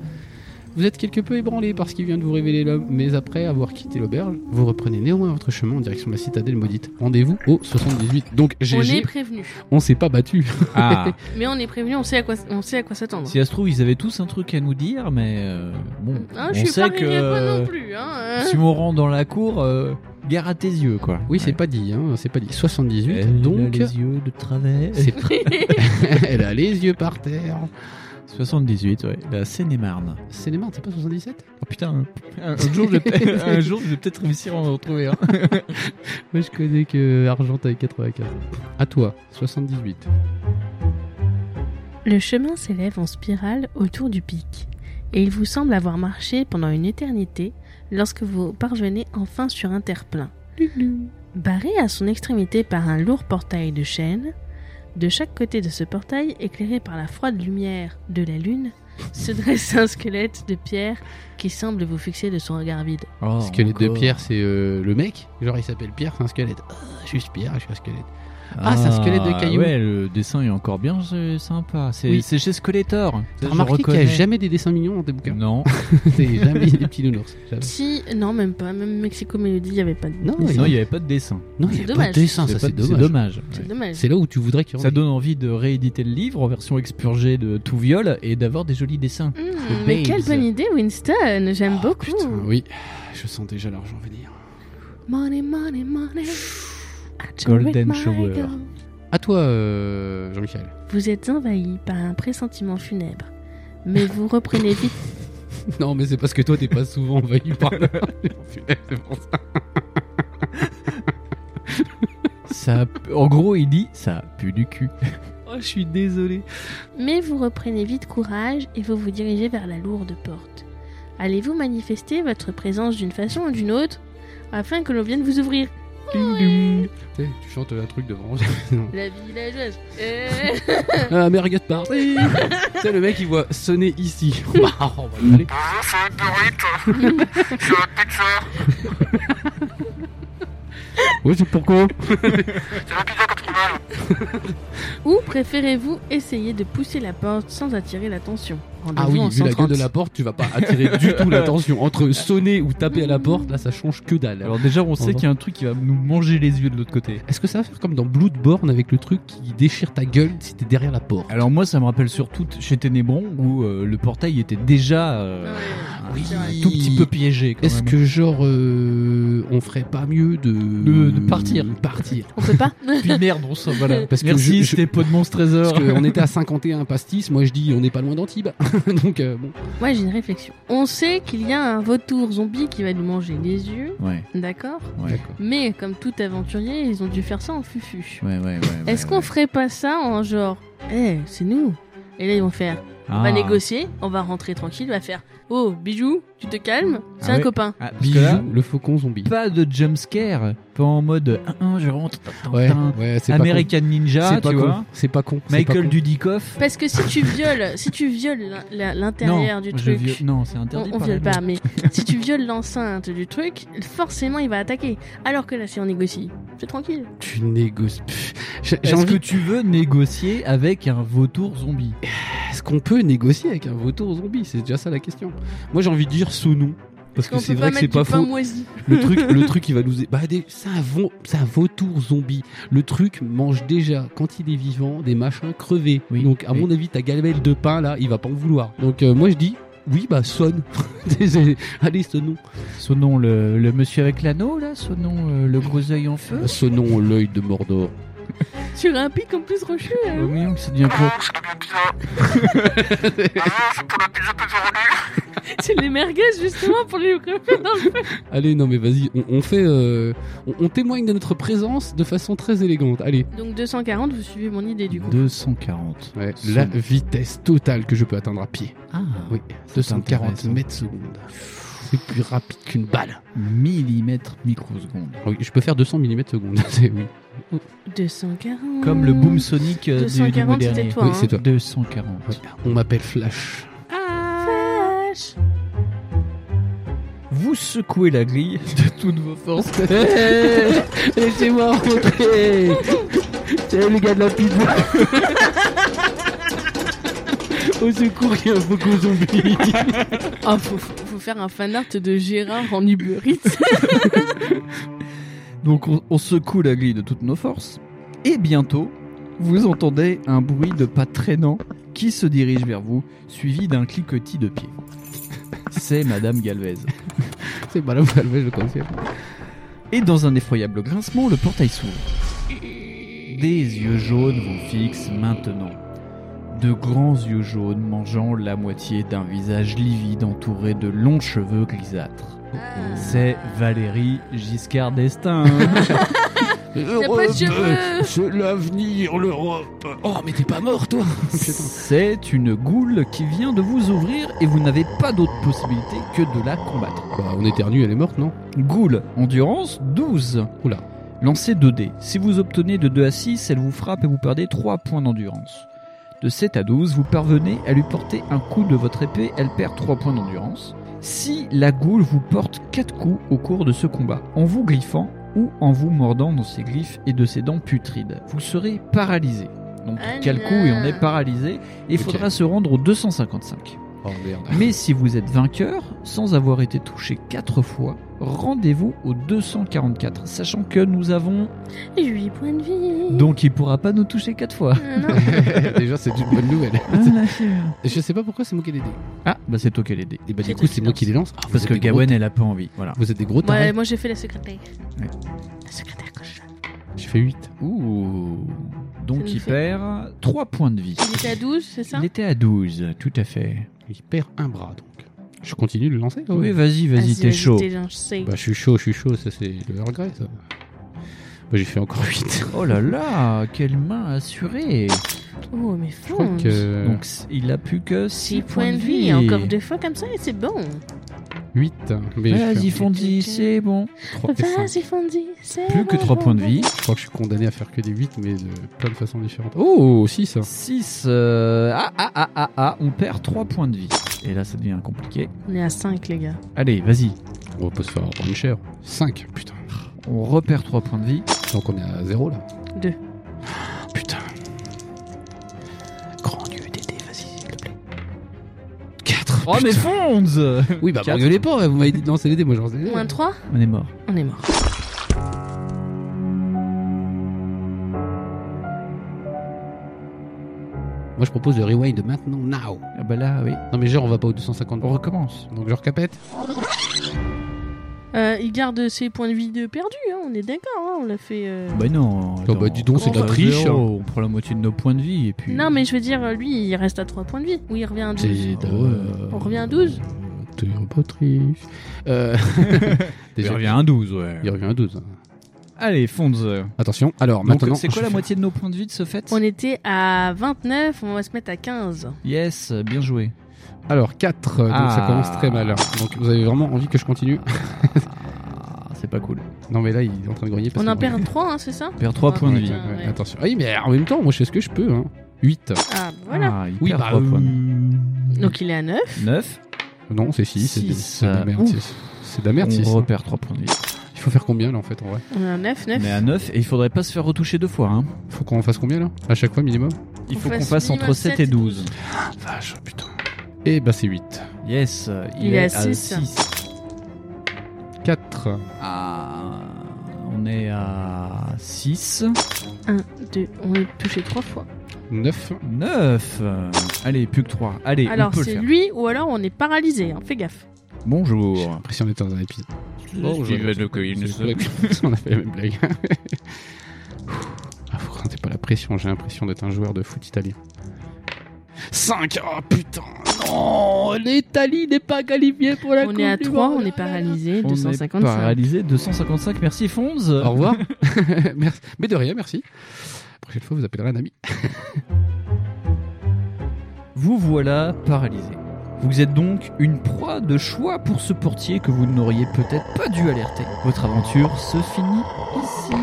[SPEAKER 3] Vous êtes quelque peu ébranlé par ce qui vient de vous révéler l'homme, mais après avoir quitté l'auberge, vous reprenez néanmoins votre chemin en direction de la citadelle maudite. Rendez-vous au 78. Donc,
[SPEAKER 4] On est
[SPEAKER 3] GG,
[SPEAKER 4] prévenu.
[SPEAKER 3] on s'est pas battu.
[SPEAKER 5] Ah.
[SPEAKER 4] Mais on est prévenu, on sait à quoi, on sait à quoi s'attendre.
[SPEAKER 5] Si ça se trouve, ils avaient tous un truc à nous dire, mais euh, bon,
[SPEAKER 4] Hein,
[SPEAKER 5] on
[SPEAKER 4] je suis
[SPEAKER 5] sait
[SPEAKER 4] pas
[SPEAKER 5] que
[SPEAKER 4] arrivé à quoi non plus. Hein. euh.
[SPEAKER 5] si on rentre dans la cour, euh, gare à tes yeux, quoi.
[SPEAKER 3] Oui, c'est
[SPEAKER 5] Ouais.
[SPEAKER 3] pas dit, hein, c'est pas dit. 78,
[SPEAKER 5] Elle a
[SPEAKER 3] donc.
[SPEAKER 5] les yeux de travers.
[SPEAKER 3] c'est Elle a les yeux par terre.
[SPEAKER 5] 78, ouais. La Seine-et-Marne.
[SPEAKER 3] C'est les mains, c'est pas 77
[SPEAKER 5] Oh putain, un, un jour, je vais, un jour, je vais peut-être réussir à en retrouver.
[SPEAKER 4] hein.
[SPEAKER 5] un.
[SPEAKER 3] Moi, je connais que Argenteuil 95. À toi, 78.
[SPEAKER 4] Le chemin s'élève en spirale autour du pic, et il vous semble avoir marché pendant une éternité lorsque vous parvenez enfin sur un terre-plein. Barré à son extrémité par un lourd portail de chêne, de chaque côté de ce portail, éclairé par la froide lumière de la lune, se dresse un squelette de pierre qui semble vous fixer de son regard vide.
[SPEAKER 5] Oh,
[SPEAKER 3] Parce que les deux
[SPEAKER 5] encore.
[SPEAKER 3] Pierre, c'est euh, le mec. Genre, il s'appelle Pierre, c'est un squelette. Ah, je suis Pierre, je suis un squelette. Ah, c'est un squelette de caillou.
[SPEAKER 5] Ouais, le dessin est encore bien c'est sympa. C'est
[SPEAKER 3] Oui.
[SPEAKER 5] c'est chez Skeletor.
[SPEAKER 3] T'as
[SPEAKER 5] Je
[SPEAKER 3] remarqué qu'il n'y a
[SPEAKER 5] reconnais.
[SPEAKER 3] jamais des dessins mignons dans tes bouquins
[SPEAKER 5] Non.
[SPEAKER 3] C'est jamais des petits nounours. Jamais.
[SPEAKER 4] Si, non, même pas, même Mexico Melody, il n'y avait pas de.
[SPEAKER 3] Non,
[SPEAKER 4] de-
[SPEAKER 5] Non, il n'y avait pas de dessin.
[SPEAKER 3] Non, il n'y
[SPEAKER 4] C'est
[SPEAKER 3] a pas
[SPEAKER 4] dommage.
[SPEAKER 3] de dessin, ça
[SPEAKER 5] Ah, C'est
[SPEAKER 3] c'est
[SPEAKER 5] pas- C'est
[SPEAKER 3] dommage.
[SPEAKER 5] dommage.
[SPEAKER 4] c'est
[SPEAKER 5] Ouais.
[SPEAKER 4] dommage.
[SPEAKER 3] C'est là où tu voudrais qu'il y en
[SPEAKER 5] Ça
[SPEAKER 3] ait.
[SPEAKER 5] donne envie de rééditer le livre en version expurgée de tout viol et d'avoir des jolis dessins.
[SPEAKER 4] Hmm, mais
[SPEAKER 5] Babes.
[SPEAKER 4] quelle bonne idée, Winston! J'aime
[SPEAKER 3] Ah,
[SPEAKER 4] beaucoup!
[SPEAKER 3] putain, oui, je sens déjà l'argent venir.
[SPEAKER 4] Money, money, money. I do it,
[SPEAKER 5] Golden
[SPEAKER 4] my
[SPEAKER 5] shower.
[SPEAKER 4] girl.
[SPEAKER 3] À toi, euh, Jean-Michel.
[SPEAKER 4] Vous êtes envahi par un pressentiment funèbre, mais vous reprenez vite.
[SPEAKER 3] Non, mais c'est parce que toi, t'es pas souvent envahi par le. c'est pour ça.
[SPEAKER 5] Ça, a pu- en gros, il dit ça pue du cul. oh, je suis désolé.
[SPEAKER 4] Mais vous reprenez vite courage et vous vous dirigez vers la lourde porte. Allez-vous manifester votre présence d'une façon ou d'une autre afin que l'on vienne vous ouvrir
[SPEAKER 5] Ding, ding.
[SPEAKER 3] Tu sais, tu chantes un truc devant.
[SPEAKER 4] La villageoise. Euh.
[SPEAKER 3] ah, mais regarde par. C'est le mec, il voit sonner ici. Bah, on va y aller.
[SPEAKER 2] Ah, c'est un burrito. c'est un pizza.
[SPEAKER 3] Oui, c'est pourquoi
[SPEAKER 2] C'est la pizza contre mal.
[SPEAKER 4] Ou préférez-vous essayer de pousser la porte sans attirer l'attention
[SPEAKER 3] Ah
[SPEAKER 4] Rendez-vous
[SPEAKER 3] oui,
[SPEAKER 4] en
[SPEAKER 3] vu la gueule
[SPEAKER 4] 130.
[SPEAKER 3] de la porte, tu vas pas attirer du tout l'attention. Entre sonner ou taper à la porte, là, ça change que dalle. Alors,
[SPEAKER 5] Alors déjà, on sait
[SPEAKER 3] va.
[SPEAKER 5] qu'il y a un truc qui va nous manger les yeux de l'autre côté.
[SPEAKER 3] est-ce que ça va faire comme dans Bloodborne avec le truc qui déchire ta gueule si t'es derrière la porte
[SPEAKER 5] Alors moi, ça me rappelle surtout t- chez Ténébron où euh, le portail était déjà
[SPEAKER 4] Ouais,
[SPEAKER 5] euh,
[SPEAKER 3] oui.
[SPEAKER 5] un tout petit peu piégé. Quand
[SPEAKER 3] Est-ce
[SPEAKER 5] même.
[SPEAKER 3] que genre euh, on ferait pas mieux de
[SPEAKER 5] De- de partir.
[SPEAKER 3] Partir.
[SPEAKER 4] On peut pas
[SPEAKER 5] puis merde, tendance. Voilà.
[SPEAKER 3] Parce que
[SPEAKER 5] Merci,
[SPEAKER 3] je- je-
[SPEAKER 5] c'était pot de monstre trésor.
[SPEAKER 3] Parce qu'on était à 51 pastis, moi je dis on n'est pas loin d'Antibes. Donc euh, bon.
[SPEAKER 4] Moi, j'ai une réflexion. On sait qu'il y a un vautour zombie qui va lui manger les yeux,
[SPEAKER 5] Ouais,
[SPEAKER 4] d'accord
[SPEAKER 5] ouais,
[SPEAKER 4] Mais comme tout aventurier, ils ont dû faire ça en fufu.
[SPEAKER 5] ouais, ouais. ouais,
[SPEAKER 4] Est-ce qu'on ferait pas ça en genre, eh, c'est nous Et là, ils vont faire, on
[SPEAKER 5] Ah.
[SPEAKER 4] va négocier, on va rentrer tranquille, on va faire, oh, bijou, tu te calmes, c'est
[SPEAKER 5] Ah
[SPEAKER 4] un
[SPEAKER 5] oui.
[SPEAKER 4] copain.
[SPEAKER 3] Bijou, le faucon zombie.
[SPEAKER 5] pas de jumpscare, pas en mode ah, ah, je rentre, tintin,
[SPEAKER 3] Ouais, ouais, c'est pas con.
[SPEAKER 5] American Ninja,
[SPEAKER 3] C'est pas
[SPEAKER 5] tu
[SPEAKER 3] con.
[SPEAKER 5] vois.
[SPEAKER 3] C'est pas con. c'est pas
[SPEAKER 5] Michael
[SPEAKER 3] con.
[SPEAKER 5] Dudikoff.
[SPEAKER 4] Parce que si tu violes, si tu violes l'in- la- l'intérieur
[SPEAKER 5] Non,
[SPEAKER 4] du
[SPEAKER 5] je
[SPEAKER 4] truc,
[SPEAKER 5] viole- non, c'est
[SPEAKER 4] on,
[SPEAKER 5] interdit.
[SPEAKER 4] on
[SPEAKER 5] par
[SPEAKER 4] viole
[SPEAKER 5] la
[SPEAKER 4] pas, mais si tu violes l'enceinte du truc, forcément il va attaquer. Alors que là, si on négocie, c'est tranquille.
[SPEAKER 3] Tu négocies. Pff, J'ai j'ai
[SPEAKER 5] Est-ce
[SPEAKER 3] envie.
[SPEAKER 5] que tu veux négocier avec un vautour zombie
[SPEAKER 3] Est-ce qu'on peut négocier avec un vautour zombie C'est déjà ça la question. Moi j'ai envie de dire sonnons. Parce que
[SPEAKER 4] On
[SPEAKER 3] c'est
[SPEAKER 4] peut
[SPEAKER 3] vrai que
[SPEAKER 4] mettre
[SPEAKER 3] c'est
[SPEAKER 4] du
[SPEAKER 3] pas
[SPEAKER 4] pain
[SPEAKER 3] faux.
[SPEAKER 4] moisi.
[SPEAKER 3] Le truc, le truc, il va nous. Bah, des... c'est un, vau- c'est un vautour zombie. Le truc mange déjà, quand il est vivant, des machins crevés.
[SPEAKER 5] Oui.
[SPEAKER 3] Donc, à
[SPEAKER 5] Oui.
[SPEAKER 3] mon avis, ta galvelle de pain, là, il va pas en vouloir. Donc, euh, moi, je dis, oui, bah, sonne. Désolé. Allez, sonnons.
[SPEAKER 5] Sonnons le, le monsieur avec l'anneau, là Sonnons euh, le gros œil en feu
[SPEAKER 3] Sonnons l'œil de Mordor.
[SPEAKER 4] Sur un pic en plus rocheux. hein.
[SPEAKER 5] Au milieu, ça
[SPEAKER 2] Oh,
[SPEAKER 5] devient pour-
[SPEAKER 2] c'est de la pizza. ah non, c'est pour la pizza pepperoni.
[SPEAKER 4] C'est les merguez justement pour les crever dans le-
[SPEAKER 3] Allez, non, mais vas-y, on, on fait. euh, on, on témoigne de notre présence de façon très élégante. Allez.
[SPEAKER 4] Donc 240, vous suivez mon
[SPEAKER 5] Ah,
[SPEAKER 4] idée du coup.
[SPEAKER 5] 240.
[SPEAKER 3] la vitesse totale que je peux atteindre à pied.
[SPEAKER 5] Ah,
[SPEAKER 3] euh, Oui, 240
[SPEAKER 5] intéressant.
[SPEAKER 3] mètres secondes. C'est plus rapide qu'une balle.
[SPEAKER 5] millimètres microsecondes.
[SPEAKER 3] Oui, je peux faire 200 mm secondes. C'est- oui.
[SPEAKER 4] 240.
[SPEAKER 5] Comme le boom sonic euh, du- du, mois
[SPEAKER 4] 240,
[SPEAKER 5] dernier.
[SPEAKER 4] c'était toi.
[SPEAKER 3] Oui,
[SPEAKER 4] hein.
[SPEAKER 3] c'est toi.
[SPEAKER 5] 240.
[SPEAKER 3] On m'appelle Flash.
[SPEAKER 4] hein. Flash.
[SPEAKER 5] Vous secouez la grille de toutes vos forces.
[SPEAKER 3] Eh, Laissez-moi rentrer Salut les gars de la pizza Au secours, il y a un beaucoup zombie
[SPEAKER 4] Ah, faut, faut faut faire un fanart de Gérard en Uber Eats.
[SPEAKER 5] Donc on, on secoue la grille de toutes nos forces. Et bientôt, vous entendez un bruit de pas traînant qui se dirige vers vous, suivi d'un cliquetis de pieds. C'est Madame Galvez.
[SPEAKER 3] C'est pas là où je le conseille.
[SPEAKER 5] Et dans un effroyable grincement, le portail s'ouvre. Des yeux jaunes vous fixent maintenant. De grands yeux jaunes mangeant la moitié d'un visage livide entouré de longs cheveux grisâtres. C'est Valérie Giscard d'Estaing.
[SPEAKER 4] a pas de cheveux.
[SPEAKER 3] C'est l'avenir, l'Europe Oh, mais t'es pas mort, toi
[SPEAKER 5] C'est une goule qui vient de vous ouvrir et vous n'avez pas d'autre possibilité que de la combattre.
[SPEAKER 3] Bah, on éternue, elle est morte, non
[SPEAKER 5] Goule, endurance 12.
[SPEAKER 3] Oula.
[SPEAKER 5] Lancez 2D. Si vous obtenez de 2 à 6, elle vous frappe et vous perdez 3 points d'endurance. De 7 à 12, vous parvenez à lui porter un coup de votre épée, elle perd 3 points d'endurance. Si la goule vous porte 4 coups au cours de ce combat, en vous griffant ou en vous mordant dans ses griffes et de ses dents putrides, vous serez paralysé. Donc
[SPEAKER 4] Ah
[SPEAKER 5] quel
[SPEAKER 4] là.
[SPEAKER 5] coup et on est paralysé et il
[SPEAKER 3] Ok.
[SPEAKER 5] faudra se rendre au 255.
[SPEAKER 3] Oh merde.
[SPEAKER 5] Mais si vous êtes vainqueur, sans avoir été touché 4 fois, rendez-vous au 244, sachant que nous avons...
[SPEAKER 4] 8 points de vie.
[SPEAKER 5] Donc il pourra pas nous toucher 4 fois.
[SPEAKER 4] Ah, non.
[SPEAKER 3] Déjà, c'est une bonne nouvelle.
[SPEAKER 4] Ah,
[SPEAKER 3] Je sais pas pourquoi c'est moi qui l'ai dit.
[SPEAKER 5] Ah, bah c'est toi qui l'ai dit.
[SPEAKER 3] Et bah,
[SPEAKER 4] C'est
[SPEAKER 3] du coup,
[SPEAKER 4] toi
[SPEAKER 3] c'est
[SPEAKER 4] qui
[SPEAKER 3] moi
[SPEAKER 4] danses.
[SPEAKER 3] qui les lance. Ah, vous
[SPEAKER 5] Parce
[SPEAKER 3] êtes
[SPEAKER 5] que
[SPEAKER 3] des gros
[SPEAKER 5] Gawen, elle a pas envie. Voilà.
[SPEAKER 3] Vous êtes des gros
[SPEAKER 4] Ouais,
[SPEAKER 3] tarés.
[SPEAKER 4] moi j'ai fait la secrétaire.
[SPEAKER 5] Ouais.
[SPEAKER 4] La secrétaire cochonne.
[SPEAKER 3] J'ai fait 8.
[SPEAKER 5] Ouh.
[SPEAKER 4] Ça
[SPEAKER 5] Donc
[SPEAKER 4] nous
[SPEAKER 5] il
[SPEAKER 4] fait-
[SPEAKER 5] perd 3 points de vie.
[SPEAKER 4] Il était à 12, c'est ça
[SPEAKER 5] Il était à 12, tout à fait.
[SPEAKER 3] Il perd un bras, donc. Je continue de le lancer, là
[SPEAKER 5] Oui, vas-y, vas-y, t'es
[SPEAKER 4] vas-y,
[SPEAKER 5] chaud.
[SPEAKER 4] t'es lancé.
[SPEAKER 3] Bah, je suis chaud, je suis chaud, ça c'est le regret, ça. Bah, j'ai fait encore 8.
[SPEAKER 5] Oh là là, quelle main assurée.
[SPEAKER 4] Oh, mais
[SPEAKER 3] Je crois
[SPEAKER 4] fonce.
[SPEAKER 3] que
[SPEAKER 5] Donc c- il a plus que 6
[SPEAKER 4] 6 Euh, points de vie, encore deux fois comme ça et c'est bon.
[SPEAKER 3] 8. hein. Mais j'ai fait
[SPEAKER 5] Vas-y,
[SPEAKER 3] un-
[SPEAKER 5] Fondi, c'est bon.
[SPEAKER 3] trois et cinq.
[SPEAKER 4] Vas-y, Fondi, c'est
[SPEAKER 5] Plus que
[SPEAKER 4] bon,
[SPEAKER 5] 3
[SPEAKER 4] bon,
[SPEAKER 5] points de
[SPEAKER 4] bon.
[SPEAKER 5] vie.
[SPEAKER 3] Je crois que je suis condamné à faire que des 8, mais de plein de façons différentes. Oh,
[SPEAKER 5] hein.
[SPEAKER 3] 6.
[SPEAKER 5] 6. Ah, ah, ah, ah, ah, on perd 3 points de vie. Et là, ça devient compliqué.
[SPEAKER 4] On est à 5, les gars.
[SPEAKER 5] Allez, vas-y.
[SPEAKER 3] On va pas se faire prendre cher. 5, putain.
[SPEAKER 5] On repère 3 points de vie.
[SPEAKER 3] Donc on est à 0 là.
[SPEAKER 4] 2.
[SPEAKER 3] Ah, putain. Grand Dieu, Dédé, vas-y, s'il te plaît. 4.
[SPEAKER 5] Oh, mais Fonds
[SPEAKER 3] Oui, bah,
[SPEAKER 5] Quatre.
[SPEAKER 3] m'engueulez pas, vous m'avez dit de lancer les dés, moi j'en ai
[SPEAKER 4] Moins 3,
[SPEAKER 5] On est mort.
[SPEAKER 4] on est mort.
[SPEAKER 3] Moi je propose le rewind maintenant, now.
[SPEAKER 5] Ah, bah là, oui.
[SPEAKER 3] Non, mais genre, on va pas au 250.
[SPEAKER 5] On recommence.
[SPEAKER 3] Donc je recapète.
[SPEAKER 4] Euh, il garde ses points de vie de perdus, hein, on est d'accord, hein, on l'a fait. euh,
[SPEAKER 5] Bah non.
[SPEAKER 3] Oh bah dis donc, c'est de la
[SPEAKER 5] on va à
[SPEAKER 3] triche.
[SPEAKER 5] zéro, On prend la moitié de nos points de vie et puis.
[SPEAKER 4] Non, mais je veux dire, lui, il reste à 3 points de vie. Oui, il revient à 12.
[SPEAKER 3] C'est-
[SPEAKER 5] Ah
[SPEAKER 3] euh,
[SPEAKER 5] ouais.
[SPEAKER 4] On revient à 12
[SPEAKER 3] T'es un peu triste. Euh,
[SPEAKER 5] Il
[SPEAKER 3] déjà,
[SPEAKER 5] revient à 12, ouais.
[SPEAKER 3] il revient à 12.
[SPEAKER 5] Allez, Fonz.
[SPEAKER 3] Attention, alors
[SPEAKER 5] Donc,
[SPEAKER 3] maintenant.
[SPEAKER 5] c'est quoi
[SPEAKER 3] je
[SPEAKER 5] la
[SPEAKER 3] fais-
[SPEAKER 5] moitié de nos points de vie de ce fait
[SPEAKER 4] On était à 29, on va se mettre à 15.
[SPEAKER 5] Yes, bien joué.
[SPEAKER 3] Alors 4, donc ça
[SPEAKER 5] Ah.
[SPEAKER 3] commence très mal. Donc vous avez vraiment envie que je continue
[SPEAKER 5] Ah, c'est pas cool.
[SPEAKER 3] Non mais là il est en train de grogner. parce
[SPEAKER 4] On en
[SPEAKER 3] que-
[SPEAKER 4] perd 3, hein, c'est ça
[SPEAKER 5] Perd 3
[SPEAKER 4] Ah,
[SPEAKER 5] points de vie.
[SPEAKER 4] putain.
[SPEAKER 3] Ouais,
[SPEAKER 4] Ouais.
[SPEAKER 3] Attention. Ah Oui mais en même temps moi je fais ce que je peux. Hein. 8.
[SPEAKER 4] Ah, voilà.
[SPEAKER 5] Ah, il
[SPEAKER 3] Oui,
[SPEAKER 5] perd
[SPEAKER 3] bah, euh,
[SPEAKER 5] trois points. Ah.
[SPEAKER 4] Donc il est à 9.
[SPEAKER 5] 9.
[SPEAKER 3] Non c'est 6. C'est de-
[SPEAKER 5] Six.
[SPEAKER 3] c'est de la merde.
[SPEAKER 5] Ouf.
[SPEAKER 3] six. C'est de la merde. six.
[SPEAKER 5] On repère 3 points de vie.
[SPEAKER 3] Il faut faire combien là en fait en vrai
[SPEAKER 4] On est à 9, 9.
[SPEAKER 5] On est à 9 et il faudrait pas se faire retoucher deux fois. hein.
[SPEAKER 3] Faut qu'on en fasse combien là À chaque fois minimum
[SPEAKER 5] Il
[SPEAKER 4] On
[SPEAKER 5] faut qu'on
[SPEAKER 4] fasse
[SPEAKER 5] fasse entre
[SPEAKER 4] minimum
[SPEAKER 5] 7
[SPEAKER 4] sept
[SPEAKER 5] et
[SPEAKER 4] et
[SPEAKER 5] 12.
[SPEAKER 3] Vache putain. Et bah c'est 8.
[SPEAKER 5] Yes, il,
[SPEAKER 4] Il
[SPEAKER 5] est,
[SPEAKER 4] est à
[SPEAKER 5] à
[SPEAKER 4] six.
[SPEAKER 5] 6.
[SPEAKER 3] 4.
[SPEAKER 5] Ah, on est à 6.
[SPEAKER 4] 1, 2, on est touché 3 fois.
[SPEAKER 3] 9.
[SPEAKER 5] 9. Allez, plus que 3. Allez, on
[SPEAKER 4] alors
[SPEAKER 5] peut le
[SPEAKER 4] c'est
[SPEAKER 5] faire.
[SPEAKER 4] lui ou alors on est paralysé, hein, fais gaffe.
[SPEAKER 3] J'ai
[SPEAKER 5] Bonjour.
[SPEAKER 3] l'impression d'être dans un épisode.
[SPEAKER 5] Bonjour.
[SPEAKER 3] On a fait la même blague. ah, vous ressentez pas la pression, j'ai l'impression d'être un joueur de foot italien. 5 Oh putain Non L'Italie n'est pas qualifiée pour la
[SPEAKER 4] on
[SPEAKER 3] Coupe
[SPEAKER 4] est à
[SPEAKER 3] du
[SPEAKER 4] 3,
[SPEAKER 5] oh
[SPEAKER 3] Monde.
[SPEAKER 4] on est paralysé,
[SPEAKER 5] On est
[SPEAKER 4] 255.
[SPEAKER 5] paralysé 255. Merci Fonz.
[SPEAKER 3] Au revoir. Merci. Mais de rien, merci. La prochaine fois, vous appellerez un ami.
[SPEAKER 5] Vous voilà paralysé. Vous êtes donc une proie de choix pour ce portier que vous n'auriez peut-être pas dû alerter. Votre aventure se finit ici.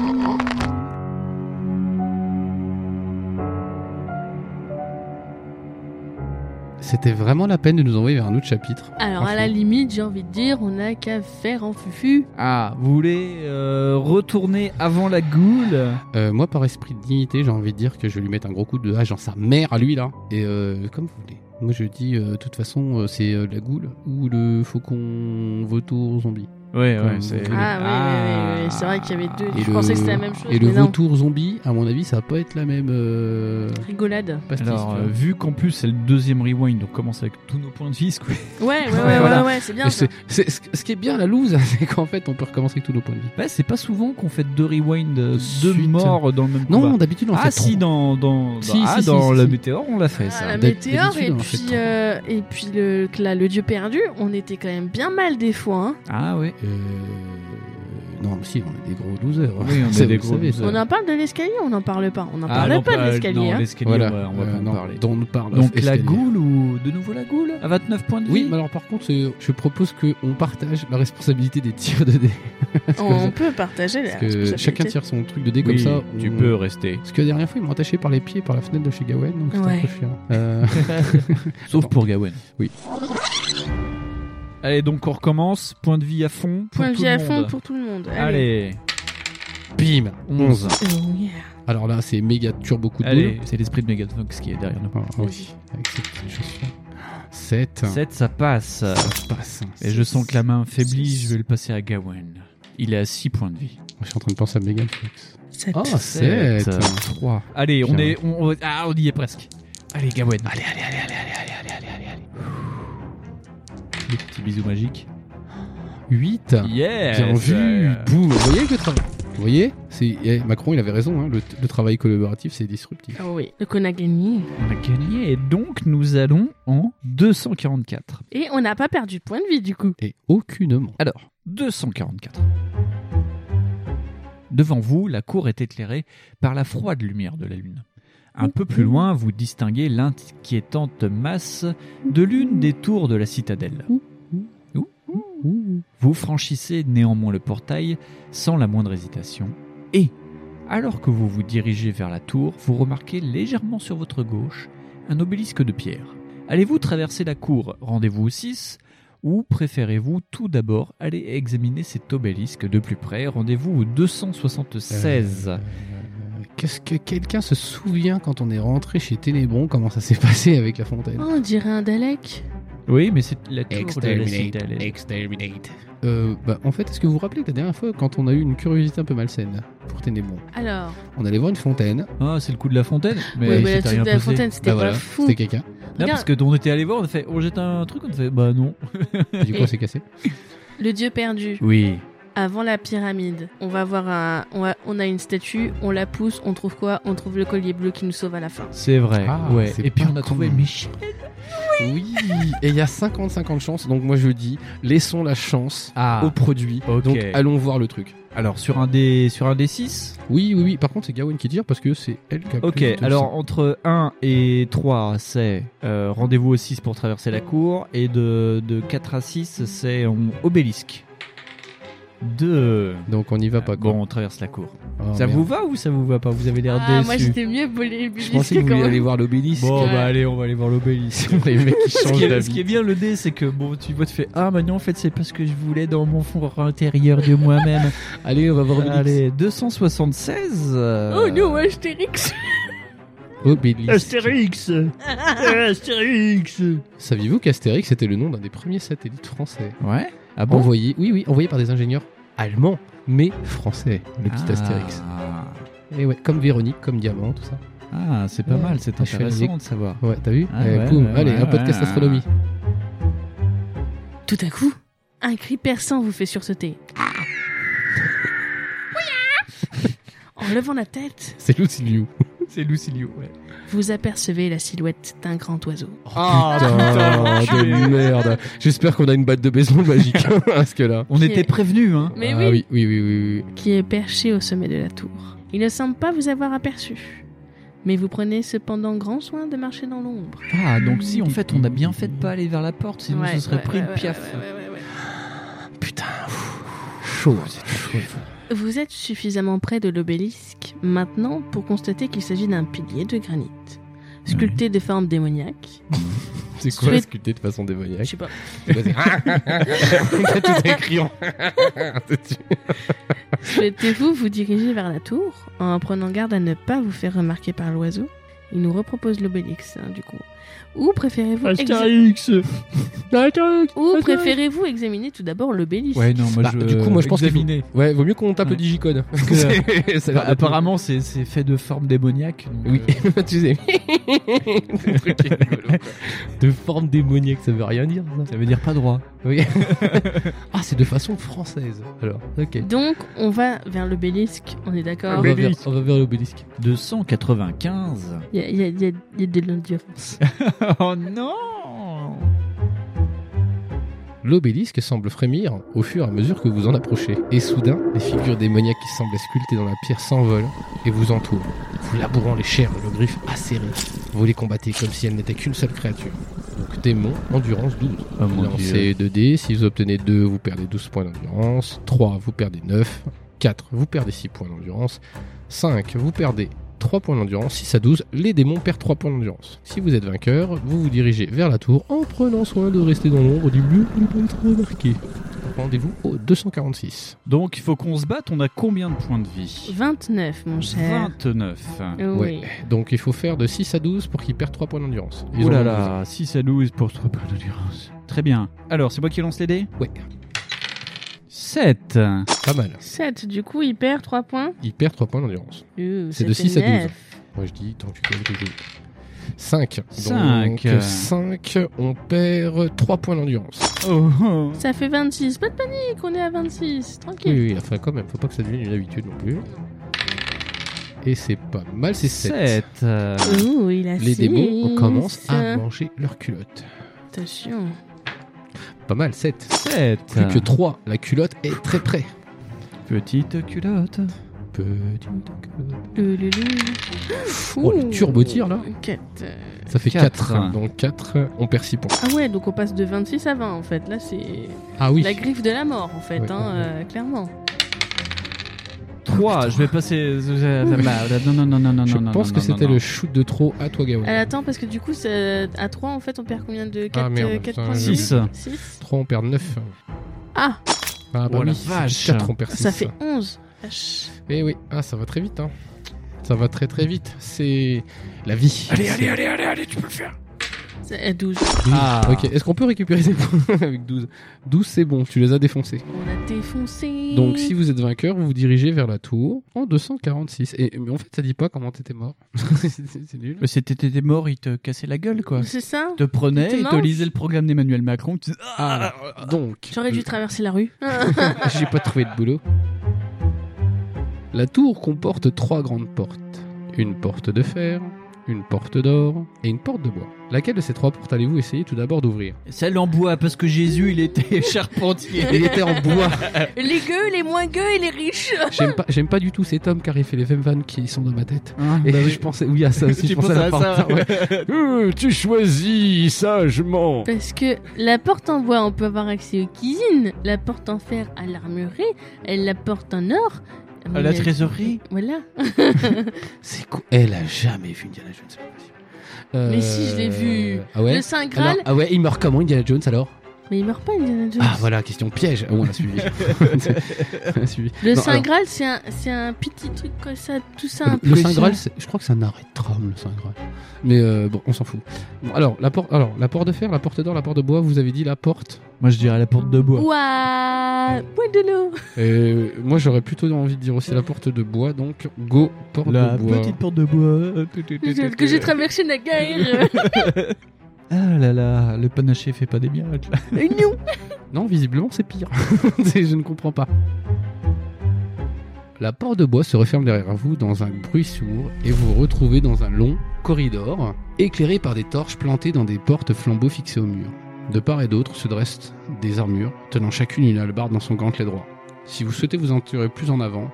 [SPEAKER 3] C'était vraiment la peine de nous envoyer vers un autre chapitre.
[SPEAKER 4] Alors à la
[SPEAKER 3] Franchement.
[SPEAKER 4] limite, j'ai envie de dire, on a qu'à faire en fufu.
[SPEAKER 5] Ah, vous voulez euh, retourner avant la goule
[SPEAKER 3] Euh, moi, par esprit de dignité, j'ai envie de dire que je vais lui mettre un gros coup de hache dans sa mère à lui, là. Et euh, comme vous voulez. Moi, je dis, euh, de toute façon, euh, c'est euh, la goule ou le faucon vautour zombie.
[SPEAKER 5] Ouais,
[SPEAKER 3] ouais, c'est- Et le-
[SPEAKER 4] Ah, oui, oui, oui, oui, c'est vrai qu'il y avait
[SPEAKER 5] Ah.
[SPEAKER 4] deux.
[SPEAKER 3] Et
[SPEAKER 4] je
[SPEAKER 3] le-
[SPEAKER 4] pensais que c'était la même chose,
[SPEAKER 3] Et le
[SPEAKER 4] mais non.
[SPEAKER 3] vautour zombie, à mon avis, ça va pas être la même euh,
[SPEAKER 4] Rigolade.
[SPEAKER 3] pastis. tu
[SPEAKER 5] Alors, euh,
[SPEAKER 3] vois.
[SPEAKER 5] vu qu'en plus c'est le deuxième rewind, donc commence avec tous nos points de vie, quoi.
[SPEAKER 4] Ouais, ouais, ouais, ouais,
[SPEAKER 5] voilà.
[SPEAKER 4] ouais, c'est bien
[SPEAKER 3] Et
[SPEAKER 4] ça.
[SPEAKER 3] c'est- c'est- ce ce qui est bien, la loose, c'est qu'en fait, on peut recommencer avec tous nos points de vie.
[SPEAKER 5] Ouais, c'est pas souvent qu'on fait deux rewinds, euh, deux
[SPEAKER 3] Suite.
[SPEAKER 5] morts dans le même
[SPEAKER 3] Non,
[SPEAKER 5] combat.
[SPEAKER 3] d'habitude, on
[SPEAKER 5] ah
[SPEAKER 3] fait
[SPEAKER 5] si,
[SPEAKER 3] trois.
[SPEAKER 5] dans, dans,
[SPEAKER 3] Si,
[SPEAKER 5] dans-
[SPEAKER 3] si,
[SPEAKER 5] ah,
[SPEAKER 3] si,
[SPEAKER 5] dans
[SPEAKER 3] si,
[SPEAKER 5] le
[SPEAKER 3] si.
[SPEAKER 5] météore, on l'a fait
[SPEAKER 4] Ah,
[SPEAKER 5] ça.
[SPEAKER 4] la
[SPEAKER 3] D'hab-
[SPEAKER 4] météore et
[SPEAKER 3] d'habitude, on fait
[SPEAKER 4] puis,
[SPEAKER 3] trois.
[SPEAKER 4] euh, et puis le, là, le dieu perdu, on était quand même bien mal des fois. hein.
[SPEAKER 5] Ah ouais.
[SPEAKER 3] Euh, Non, mais si, on est des gros losers.
[SPEAKER 5] Oui, on est
[SPEAKER 3] Ça,
[SPEAKER 5] des
[SPEAKER 3] vous le
[SPEAKER 5] gros
[SPEAKER 3] savez, ça.
[SPEAKER 5] losers.
[SPEAKER 4] On en parle de l'escalier, on n'en parle pas. On n'en
[SPEAKER 5] Ah,
[SPEAKER 4] parle
[SPEAKER 5] non,
[SPEAKER 4] pas de l'escalier.
[SPEAKER 5] Non,
[SPEAKER 4] hein.
[SPEAKER 5] l'escalier,
[SPEAKER 3] Voilà,
[SPEAKER 5] ouais, on va
[SPEAKER 3] Euh,
[SPEAKER 5] pas en
[SPEAKER 3] non,
[SPEAKER 5] parler.
[SPEAKER 3] dont nous parle.
[SPEAKER 5] Donc la
[SPEAKER 3] Escalier.
[SPEAKER 5] goule ou de nouveau la goule À 29 points de vie
[SPEAKER 3] Oui, mais alors par contre, euh, je propose qu'on partage la responsabilité des tirs de dés. Parce que,
[SPEAKER 4] On peut partager la
[SPEAKER 3] parce que chacun
[SPEAKER 4] responsabilité.
[SPEAKER 3] tire son truc de dés comme ça. on-
[SPEAKER 5] rester.
[SPEAKER 3] Parce que la dernière fois, ils m'ont attaché par les pieds par la fenêtre de chez Gawain, donc c'était
[SPEAKER 4] Ouais.
[SPEAKER 3] un peu chiant. Euh,
[SPEAKER 5] Sauf pour Gawen.
[SPEAKER 3] Oui.
[SPEAKER 5] Allez, donc on recommence. Point de vie à fond. pour
[SPEAKER 4] Point de
[SPEAKER 5] tout
[SPEAKER 4] vie
[SPEAKER 5] le
[SPEAKER 4] à fond
[SPEAKER 5] monde.
[SPEAKER 4] pour tout le monde. Allez.
[SPEAKER 5] Allez,
[SPEAKER 3] Bim
[SPEAKER 5] 11.
[SPEAKER 4] Oh, yeah.
[SPEAKER 3] Alors là, c'est méga turbo coup de
[SPEAKER 5] Allez, c'est l'esprit de Megavox qui est derrière nous.
[SPEAKER 3] boule. Ah, ah oui, avec cette petite chaussure. 7.
[SPEAKER 5] 7, ça passe.
[SPEAKER 3] Ça passe. hein.
[SPEAKER 5] Et je sens que la main faiblit, je vais le passer à Gawen. Il est à 6 points de vie.
[SPEAKER 3] Je suis en train de penser à méga Fox.
[SPEAKER 4] Sept.
[SPEAKER 3] Ah,
[SPEAKER 5] Oh, sept.
[SPEAKER 3] 7 3.
[SPEAKER 5] Allez, on
[SPEAKER 3] Bien.
[SPEAKER 5] est. On, on- ah, on y est presque. Allez, Gawen. Allez, allez, allez, allez, allez, allez, allez, allez, allez. Le petit bisou magique.
[SPEAKER 3] 8.
[SPEAKER 5] Ah. Yes
[SPEAKER 3] Bien vu
[SPEAKER 5] euh,
[SPEAKER 3] Boum Vous voyez que le travail Vous voyez c'est... eh, Macron, il avait raison, hein, le, t- le travail collaboratif, c'est disruptif.
[SPEAKER 4] Ah oui, donc on a gagné.
[SPEAKER 5] On a gagné et donc nous allons en 244.
[SPEAKER 4] Et on n'a pas perdu de point de vie du coup.
[SPEAKER 3] Et aucunement.
[SPEAKER 5] Alors, 244. Devant vous, la cour est éclairée par la froide lumière de la lune. Un peu plus loin, vous distinguez l'inquiétante masse de l'une des tours de la citadelle. Vous franchissez néanmoins le portail sans la moindre hésitation et, alors que vous vous dirigez vers la tour, vous remarquez légèrement sur votre gauche un obélisque de pierre. Allez-vous traverser la cour, rendez-vous au 6, ou préférez-vous tout d'abord aller examiner cet obélisque de plus près, rendez-vous au 276
[SPEAKER 3] Euh, Qu'est-ce que quelqu'un se souvient quand on est rentré chez Ténébron, comment ça s'est passé avec la fontaine
[SPEAKER 4] Oh, on dirait un Dalek.
[SPEAKER 5] Oui, mais c'est la tour de la citadelle.
[SPEAKER 3] Exterminate. Euh, bah, en fait, est-ce que vous vous rappelez que la dernière fois, quand on a eu une curiosité un peu malsaine pour Ténébron,
[SPEAKER 4] Alors,
[SPEAKER 3] on allait voir une fontaine,
[SPEAKER 5] Ah, c'est le coup de la fontaine Mais
[SPEAKER 4] ouais,
[SPEAKER 5] il
[SPEAKER 4] mais la
[SPEAKER 5] s'était rien
[SPEAKER 4] truc de la
[SPEAKER 5] passé.
[SPEAKER 4] fontaine, c'était
[SPEAKER 3] bah
[SPEAKER 4] pas
[SPEAKER 3] voilà,
[SPEAKER 4] fou.
[SPEAKER 3] c'était quelqu'un,
[SPEAKER 5] Non, parce
[SPEAKER 4] Regarde.
[SPEAKER 5] oh, que on était allé voir, on a fait, on jette un truc, on a fait, bah non.
[SPEAKER 3] et du coup
[SPEAKER 4] Et-
[SPEAKER 3] on s'est cassé.
[SPEAKER 4] Le dieu perdu.
[SPEAKER 5] Oui.
[SPEAKER 4] Avant la pyramide, on va voir un, on a, on a une statue, on la pousse, on trouve quoi On trouve le collier bleu qui nous sauve à la fin.
[SPEAKER 5] C'est vrai.
[SPEAKER 3] Ah,
[SPEAKER 5] ouais.
[SPEAKER 3] c'est
[SPEAKER 5] Et puis
[SPEAKER 3] pas
[SPEAKER 5] on a trouvé
[SPEAKER 3] commun.
[SPEAKER 5] Michel.
[SPEAKER 3] Oui. Et il y a 50-50 chances. Donc moi je dis, laissons la chance
[SPEAKER 5] Ah.
[SPEAKER 3] au produit.
[SPEAKER 5] ok.
[SPEAKER 3] Donc allons voir le truc.
[SPEAKER 5] Alors sur un des sur un des 6
[SPEAKER 3] Oui, oui, oui. Par contre, c'est Gawain qui tire parce que c'est elle qui a
[SPEAKER 5] Ok,
[SPEAKER 3] plus de
[SPEAKER 5] alors entre 1 et 3, c'est euh, rendez-vous au 6 pour traverser la cour. Et de, de 4 à 6, c'est on obélisque. 2.
[SPEAKER 3] sang. Donc on n'y va pas. quoi.
[SPEAKER 5] Bon, on traverse la cour.
[SPEAKER 3] Oh,
[SPEAKER 5] ça
[SPEAKER 3] merde.
[SPEAKER 5] vous va ou ça vous va pas Vous avez l'air
[SPEAKER 4] Ah,
[SPEAKER 5] déçu.
[SPEAKER 4] moi j'étais mieux bolé
[SPEAKER 3] Je pensais que vous vouliez aller voir l'obélisque.
[SPEAKER 5] Bon,
[SPEAKER 4] que-
[SPEAKER 5] bah allez, on va aller voir l'obélisque.
[SPEAKER 3] Les mecs qui
[SPEAKER 5] Ce
[SPEAKER 3] changent
[SPEAKER 5] qui, est, ce
[SPEAKER 3] d'avis.
[SPEAKER 5] qui est bien le dé, c'est que bon, tu vois, tu fais Ah, maintenant en fait, c'est parce que je voulais dans mon fond intérieur de moi-même.
[SPEAKER 3] Allez, on va voir l'obélisque.
[SPEAKER 5] Allez, 276. euh,
[SPEAKER 4] Oh non, Astérix
[SPEAKER 3] Obélisque.
[SPEAKER 5] Astérix Astérix
[SPEAKER 3] Saviez-vous qu'Astérix était le nom d'un des premiers satellites français
[SPEAKER 5] Ouais Ah bon
[SPEAKER 3] Envoyé, oui, oui, envoyé par des ingénieurs allemands, mais français, le petit
[SPEAKER 5] Ah.
[SPEAKER 3] Astérix. Et ouais, comme Véronique, comme Diamant, tout ça.
[SPEAKER 5] Ah, c'est pas
[SPEAKER 3] Ouais.
[SPEAKER 5] mal, c'est
[SPEAKER 3] Ah, je suis
[SPEAKER 5] intéressant
[SPEAKER 3] allé-
[SPEAKER 5] de savoir.
[SPEAKER 3] Ouais, t'as vu
[SPEAKER 5] Ah
[SPEAKER 3] Eh,
[SPEAKER 5] ouais,
[SPEAKER 3] boum,
[SPEAKER 5] ouais,
[SPEAKER 3] Allez, un
[SPEAKER 5] ouais,
[SPEAKER 3] podcast
[SPEAKER 5] ouais.
[SPEAKER 3] astronomie.
[SPEAKER 4] Tout à coup, un cri perçant vous fait sursauter. En levant la tête,
[SPEAKER 3] C'est Lucy Liu.
[SPEAKER 5] C'est Lucilio, ouais.
[SPEAKER 4] vous apercevez la silhouette d'un grand oiseau.
[SPEAKER 3] Oh,
[SPEAKER 5] Ah,
[SPEAKER 3] putain,
[SPEAKER 5] putain,
[SPEAKER 3] de
[SPEAKER 5] l'enculé.
[SPEAKER 3] merde. J'espère qu'on a une batte de baseball magique à ce que là.
[SPEAKER 5] On
[SPEAKER 4] Qui
[SPEAKER 5] était
[SPEAKER 4] est-
[SPEAKER 5] prévenus, hein
[SPEAKER 4] Mais
[SPEAKER 3] Ah
[SPEAKER 4] oui.
[SPEAKER 3] oui, oui, oui, oui, oui.
[SPEAKER 4] qui est perché au sommet de la tour. Il ne semble pas vous avoir aperçu. Mais vous prenez cependant grand soin de marcher dans l'ombre.
[SPEAKER 5] Ah, donc si, en fait, on a bien fait de pas aller vers la porte, sinon on
[SPEAKER 4] Ouais,
[SPEAKER 5] se serait
[SPEAKER 4] ouais,
[SPEAKER 5] pris
[SPEAKER 4] ouais,
[SPEAKER 5] une
[SPEAKER 4] ouais,
[SPEAKER 5] piaffe.
[SPEAKER 4] ouais, ouais, ouais, ouais.
[SPEAKER 3] Putain, pff, chaud, c'est chaud.
[SPEAKER 4] Vous êtes suffisamment près de l'obélisque maintenant pour constater qu'il s'agit d'un pilier de granit. Sculpté de forme démoniaque.
[SPEAKER 3] C'est quoi
[SPEAKER 4] Suite-
[SPEAKER 3] sculpté de façon
[SPEAKER 4] Je
[SPEAKER 3] démoniaque
[SPEAKER 4] sais pas.
[SPEAKER 3] T'as tout écrit en- dessus.
[SPEAKER 4] Souhaitez-vous vous diriger vers la tour en prenant garde à ne pas vous faire remarquer par l'oiseau Il nous repropose l'obélix, hein, du coup. Ou préférez-vous
[SPEAKER 3] Ah,
[SPEAKER 4] exa- ou préférez-vous examiner tout d'abord l'obélisque
[SPEAKER 5] Ouais, non, moi
[SPEAKER 3] Bah,
[SPEAKER 5] je.
[SPEAKER 3] du coup, moi, je pense qu'il faut-
[SPEAKER 5] examiner.
[SPEAKER 3] Ouais, vaut mieux qu'on tape
[SPEAKER 5] Ouais.
[SPEAKER 3] le digicode. hein, Parce que c'est- ça a l'air
[SPEAKER 5] Bah,
[SPEAKER 3] d'être-
[SPEAKER 5] apparemment, c'est c'est fait de forme démoniaque. donc,
[SPEAKER 3] Oui,
[SPEAKER 5] euh,
[SPEAKER 3] tu sais. Le truc est rigolo, quoi. de forme démoniaque, ça veut rien dire. ça.
[SPEAKER 5] euh, ça veut dire pas droit.
[SPEAKER 3] Oui. ah, c'est de façon française. Alors, ok.
[SPEAKER 4] Donc, on va vers l'obélisque, on est
[SPEAKER 3] On va,
[SPEAKER 4] d'accord
[SPEAKER 3] vers, on va vers l'obélisque.
[SPEAKER 5] 295.
[SPEAKER 4] Il y a, il y a- il y a- il y a de l'endurance.
[SPEAKER 5] oh non
[SPEAKER 3] L'obélisque semble frémir au fur et à mesure que vous en approchez. Et soudain, les figures démoniaques qui semblaient sculptées dans la pierre s'envolent et vous entourent, vous labourant les chairs de leurs griffes acérées. Vous les combattez comme si elles n'étaient qu'une seule créature. Donc démon, endurance 12.
[SPEAKER 5] Oh mon
[SPEAKER 3] Lancez 2D, si vous obtenez 2, vous perdez 12 points d'endurance, 3, vous perdez 9, 4, vous perdez 6 points d'endurance, 5, vous perdez 3 points d'endurance, 6 à 12, les démons perdent 3 points d'endurance. Si vous êtes vainqueur, vous vous dirigez vers la tour en prenant soin de rester dans l'ombre du lieu pour ne pas être remarqué. Rendez-vous au 246.
[SPEAKER 5] Donc, il faut qu'on se batte. On a combien de points de vie
[SPEAKER 4] 29, mon cher.
[SPEAKER 5] 29.
[SPEAKER 4] Oui.
[SPEAKER 3] Donc il faut faire de 6 à 12 pour qu'ils perdent 3 points d'endurance. Ils
[SPEAKER 5] Oh
[SPEAKER 3] en
[SPEAKER 5] là
[SPEAKER 3] ont
[SPEAKER 5] là, 6 à 12 pour 3 points d'endurance. Très bien. Alors, c'est moi qui lance les dés
[SPEAKER 3] besoin. Ouais,
[SPEAKER 5] 7.
[SPEAKER 3] pas mal.
[SPEAKER 4] 7, du coup, il perd 3 points.
[SPEAKER 3] Ils perdent 3 points d'endurance.
[SPEAKER 4] Euh,
[SPEAKER 3] C'est
[SPEAKER 4] ça
[SPEAKER 3] de
[SPEAKER 4] fait
[SPEAKER 3] 6 à 12.
[SPEAKER 4] neuf.
[SPEAKER 3] Moi je dis, tant que tu peux, je 5.
[SPEAKER 5] Cinq.
[SPEAKER 3] Donc 5, on perd 3 points d'endurance.
[SPEAKER 5] Oh, oh.
[SPEAKER 4] Ça fait 26. Pas de panique, on est à 26.
[SPEAKER 3] Oui,
[SPEAKER 4] Tranquille.
[SPEAKER 3] oui, enfin quand même, faut pas que ça devienne une habitude non plus. Et c'est pas mal, c'est 7.
[SPEAKER 5] Sept. Euh,
[SPEAKER 4] Ouh, il a
[SPEAKER 3] Les
[SPEAKER 4] six.
[SPEAKER 3] démons commencent à manger leurs culottes.
[SPEAKER 4] Attention.
[SPEAKER 3] Pas mal, 7.
[SPEAKER 5] 7.
[SPEAKER 3] Plus que 3, la culotte est très près.
[SPEAKER 5] Petite culotte.
[SPEAKER 3] Petite culotte.
[SPEAKER 4] Euh, le, le.
[SPEAKER 3] Oh, le turbo-tir, là.
[SPEAKER 4] Quatre.
[SPEAKER 3] Ça fait
[SPEAKER 5] Quatre.
[SPEAKER 3] 4. Donc 4, on perd 6 points.
[SPEAKER 4] Ah ouais, donc on passe de 26 à 20 en fait. Là, c'est
[SPEAKER 3] Ah oui,
[SPEAKER 4] la griffe de la mort en fait,
[SPEAKER 3] Ouais,
[SPEAKER 4] hein,
[SPEAKER 3] ouais,
[SPEAKER 4] euh, clairement.
[SPEAKER 5] 3. Je vais passer. euh, Non, non, non, non, non.
[SPEAKER 3] je
[SPEAKER 5] non,
[SPEAKER 3] pense
[SPEAKER 5] non,
[SPEAKER 3] que
[SPEAKER 5] non,
[SPEAKER 3] c'était
[SPEAKER 5] non.
[SPEAKER 3] le shoot de trop à toi, Gawain.
[SPEAKER 4] Elle attend Euh, parce que du coup, ça- à 3 en fait, on perd combien de 4,
[SPEAKER 3] merde, putain,
[SPEAKER 4] points de
[SPEAKER 3] j'ai-
[SPEAKER 4] vie
[SPEAKER 5] Six.
[SPEAKER 4] Six
[SPEAKER 3] 3, on perd 9.
[SPEAKER 4] Ah,
[SPEAKER 3] Ah bah
[SPEAKER 5] Oh la
[SPEAKER 3] oui,
[SPEAKER 5] vache.
[SPEAKER 3] 4, on perd 6.
[SPEAKER 4] ça fait 11. Vache.
[SPEAKER 3] Eh oui, ah, ça va très vite, hein. Ça va très très vite. C'est la vie.
[SPEAKER 5] Allez, allez, allez, allez, allez, tu peux le faire.
[SPEAKER 4] C'est- euh, 12.
[SPEAKER 5] Ah.
[SPEAKER 3] Ok, est-ce qu'on peut récupérer des points avec 12 12, c'est bon, tu les as défoncés.
[SPEAKER 4] On a défoncé.
[SPEAKER 3] Donc, si vous êtes vainqueur, vous vous dirigez vers la tour en 246. Et mais en fait, ça dit pas comment t'étais mort. C'est- c'est c'est nul.
[SPEAKER 5] Mais c'était t'étais mort, il te cassait la gueule, quoi.
[SPEAKER 4] C'est ça
[SPEAKER 5] Il te prenait,
[SPEAKER 4] T'étais
[SPEAKER 5] il te
[SPEAKER 4] moche.
[SPEAKER 5] lisait le programme d'Emmanuel Macron. Tu... disais,
[SPEAKER 3] Ah, donc.
[SPEAKER 4] J'aurais dû traverser la rue.
[SPEAKER 3] J'ai pas trouvé de boulot. La tour comporte trois grandes portes. Une porte de fer, une porte d'or et une porte de bois. Laquelle de ces trois portes allez-vous essayer tout d'abord d'ouvrir
[SPEAKER 5] Celle en bois, parce que Jésus, il était charpentier.
[SPEAKER 3] Il était en bois.
[SPEAKER 4] les gueux, les moins gueux et les riches.
[SPEAKER 3] J'aime pas, j'aime pas du tout cet homme car il fait les mêmes vannes qui sont dans ma tête. Et
[SPEAKER 5] Bah oui.
[SPEAKER 3] je pensais, oui, à ça aussi. je pensais à la porte. ouais. Euh, tu choisis sagement.
[SPEAKER 4] Parce que la porte en bois, on peut avoir accès aux cuisines. La porte en fer à l'armurerie. Et la porte en or.
[SPEAKER 5] À la trésorerie.
[SPEAKER 4] Voilà.
[SPEAKER 3] C'est quoi Elle a jamais vu Indiana Jones. c'est pas possible. Euh,
[SPEAKER 4] Mais si, je l'ai vu.
[SPEAKER 3] Ah ouais
[SPEAKER 4] Le Saint Graal.
[SPEAKER 3] Alors- Ah ouais, il meurt comment Indiana Jones alors
[SPEAKER 4] Mais il meurt pas, Indiana Jones.
[SPEAKER 3] Ah voilà, question piège. Ah, on l'a suivi. On l'a suivi.
[SPEAKER 4] Le
[SPEAKER 3] Non,
[SPEAKER 4] Saint
[SPEAKER 3] alors,
[SPEAKER 4] Graal, c'est un, c'est un petit truc comme ça, tout ça.
[SPEAKER 3] le- le Saint Graal, c'est- je crois que c'est un arrêt de tram, le Saint Graal. Mais euh, bon, on s'en fout. Bon, alors, la porte, alors, la porte de fer, la porte d'or, la porte de bois, vous avez dit la porte.
[SPEAKER 5] Moi, je dirais la porte de bois.
[SPEAKER 4] Ouah, bois de l'eau.
[SPEAKER 3] Euh, moi, j'aurais plutôt envie de dire aussi la porte de bois, donc go, porte
[SPEAKER 5] La
[SPEAKER 3] de bois.
[SPEAKER 5] petite porte de bois.
[SPEAKER 4] Que j'ai traversé la guerre.
[SPEAKER 5] Ah là là, le panaché fait pas des miracles.
[SPEAKER 4] non.
[SPEAKER 3] Non, visiblement, c'est pire. C'est- je ne comprends pas. La porte de bois se referme derrière vous dans un bruit sourd et vous vous retrouvez dans un long corridor éclairé par des torches plantées dans des portes flambeaux fixées au mur. De part et d'autre se dressent des armures tenant chacune une hallebarde dans son gantelet droit. Si vous souhaitez vous entourer plus en avant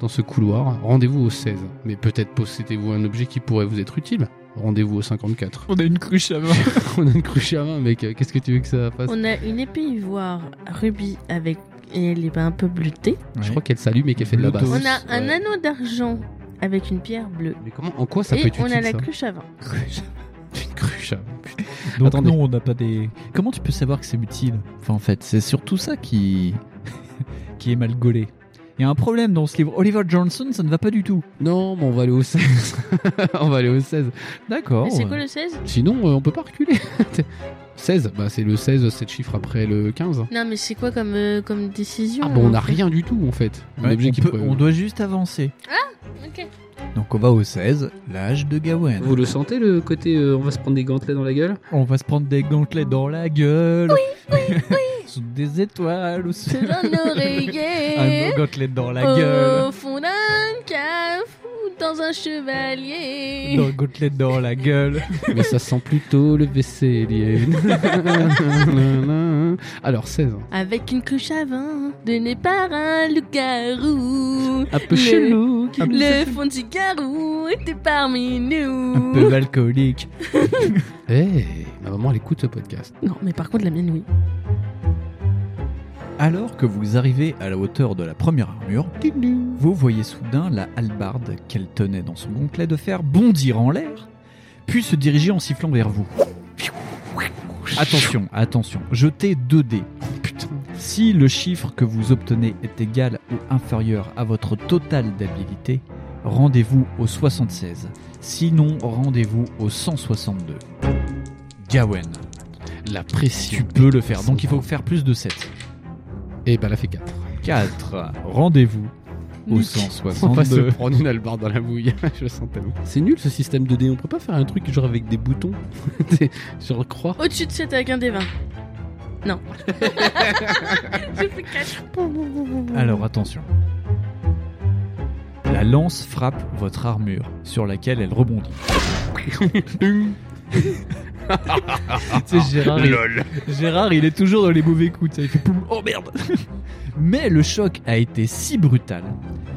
[SPEAKER 3] dans ce couloir, rendez-vous au 16. Mais peut-être possédez-vous un objet qui pourrait vous être utile Rendez-vous au 54.
[SPEAKER 5] On a une cruche à main.
[SPEAKER 3] On a une cruche à main, mec. Qu'est-ce que tu veux que ça fasse
[SPEAKER 4] On a une épée ivoire rubis avec. Et elle est ben un peu bleutée.
[SPEAKER 3] Je crois qu'elle s'allume et qu'elle fait de la basse.
[SPEAKER 5] Bluetooth.
[SPEAKER 4] On a un
[SPEAKER 3] Ouais.
[SPEAKER 4] anneau d'argent avec une pierre bleue.
[SPEAKER 3] Mais comment, en quoi ça
[SPEAKER 4] et
[SPEAKER 3] peut être
[SPEAKER 4] on
[SPEAKER 3] utile
[SPEAKER 4] a la
[SPEAKER 3] ça
[SPEAKER 4] cruche à vin.
[SPEAKER 3] Une cruche. hein, putain.
[SPEAKER 5] Donc
[SPEAKER 3] Attendez.
[SPEAKER 5] non, on n'a pas des. Comment tu peux savoir que c'est utile Enfin, en fait, c'est surtout ça qui qui est mal gaulé. Il y a un problème dans ce livre. Oliver Johnson, ça ne va pas du tout.
[SPEAKER 3] Non, mais on va aller au 16. on va aller au 16.
[SPEAKER 5] D'accord.
[SPEAKER 3] Oh,
[SPEAKER 4] Et c'est quoi le 16
[SPEAKER 3] Sinon, euh, on peut pas reculer. 16, bah c'est le 16, c'est le chiffre après le 15.
[SPEAKER 4] Non, mais c'est quoi comme, euh, comme décision
[SPEAKER 3] Ah bon, on
[SPEAKER 4] en
[SPEAKER 3] n'a
[SPEAKER 4] fait
[SPEAKER 3] rien du tout en fait. Un
[SPEAKER 5] Ouais,
[SPEAKER 3] objet
[SPEAKER 5] on,
[SPEAKER 3] qui
[SPEAKER 5] peut-
[SPEAKER 3] pourrait-
[SPEAKER 5] on doit juste avancer.
[SPEAKER 4] Ok.
[SPEAKER 5] Donc on va au 16, l'âge de Gawain.
[SPEAKER 6] Vous le sentez le côté euh, on va se prendre des gantelets dans la gueule
[SPEAKER 5] On va se prendre des gantelets dans la gueule. Sous des étoiles ou sous
[SPEAKER 4] Sur un
[SPEAKER 5] un
[SPEAKER 4] oreiller.
[SPEAKER 5] gantelet dans
[SPEAKER 3] Ah
[SPEAKER 5] la gueule.
[SPEAKER 4] Au fond d'un cave ou dans un chevalier.
[SPEAKER 5] Dans le gantelet dans la gueule.
[SPEAKER 3] Mais ça sent plutôt le vaisselier. Alors 16.
[SPEAKER 4] Avec une cruche à vin, donnée par un loup-garou.
[SPEAKER 3] Un peu
[SPEAKER 4] Le-
[SPEAKER 3] chelou. qui-
[SPEAKER 4] Le fond du garou était parmi
[SPEAKER 5] Un peu
[SPEAKER 4] nous.
[SPEAKER 5] alcoolique.
[SPEAKER 3] Eh, ma maman elle écoute ce podcast.
[SPEAKER 4] Non, mais par contre, la mienne, oui.
[SPEAKER 5] Alors que vous arrivez à la hauteur de la première armure, vous voyez soudain la hallebarde qu'elle tenait dans son gonclet de fer bondir en l'air, puis se diriger en sifflant vers vous. Attention, attention, jetez 2 dés.
[SPEAKER 3] Putain.
[SPEAKER 5] Si le chiffre que vous obtenez est égal ou inférieur à votre total d'habilité, rendez-vous au 76. Sinon, rendez-vous au 162. Gawen,
[SPEAKER 3] La
[SPEAKER 5] tu
[SPEAKER 3] pression.
[SPEAKER 5] peux le faire, donc il faut faire plus de 7.
[SPEAKER 3] Et bah elle a fait 4.
[SPEAKER 5] 4. Rendez-vous
[SPEAKER 4] Nick.
[SPEAKER 5] au
[SPEAKER 3] On va se
[SPEAKER 5] 162.
[SPEAKER 3] prendre une albarde dans la bouille, je le sens tellement. C'est nul ce système de dés, on peut pas faire un truc genre avec des boutons Des- Genre croix
[SPEAKER 4] Au-dessus de 7 avec un des 20. Non. J'ai fait quatre.
[SPEAKER 5] Alors attention. La lance frappe votre armure, sur laquelle elle rebondit. Tu sais, Gérard, il- Gérard, il est toujours dans les mauvais coups. tu sais, il fait poum, oh merde Mais le choc a été si brutal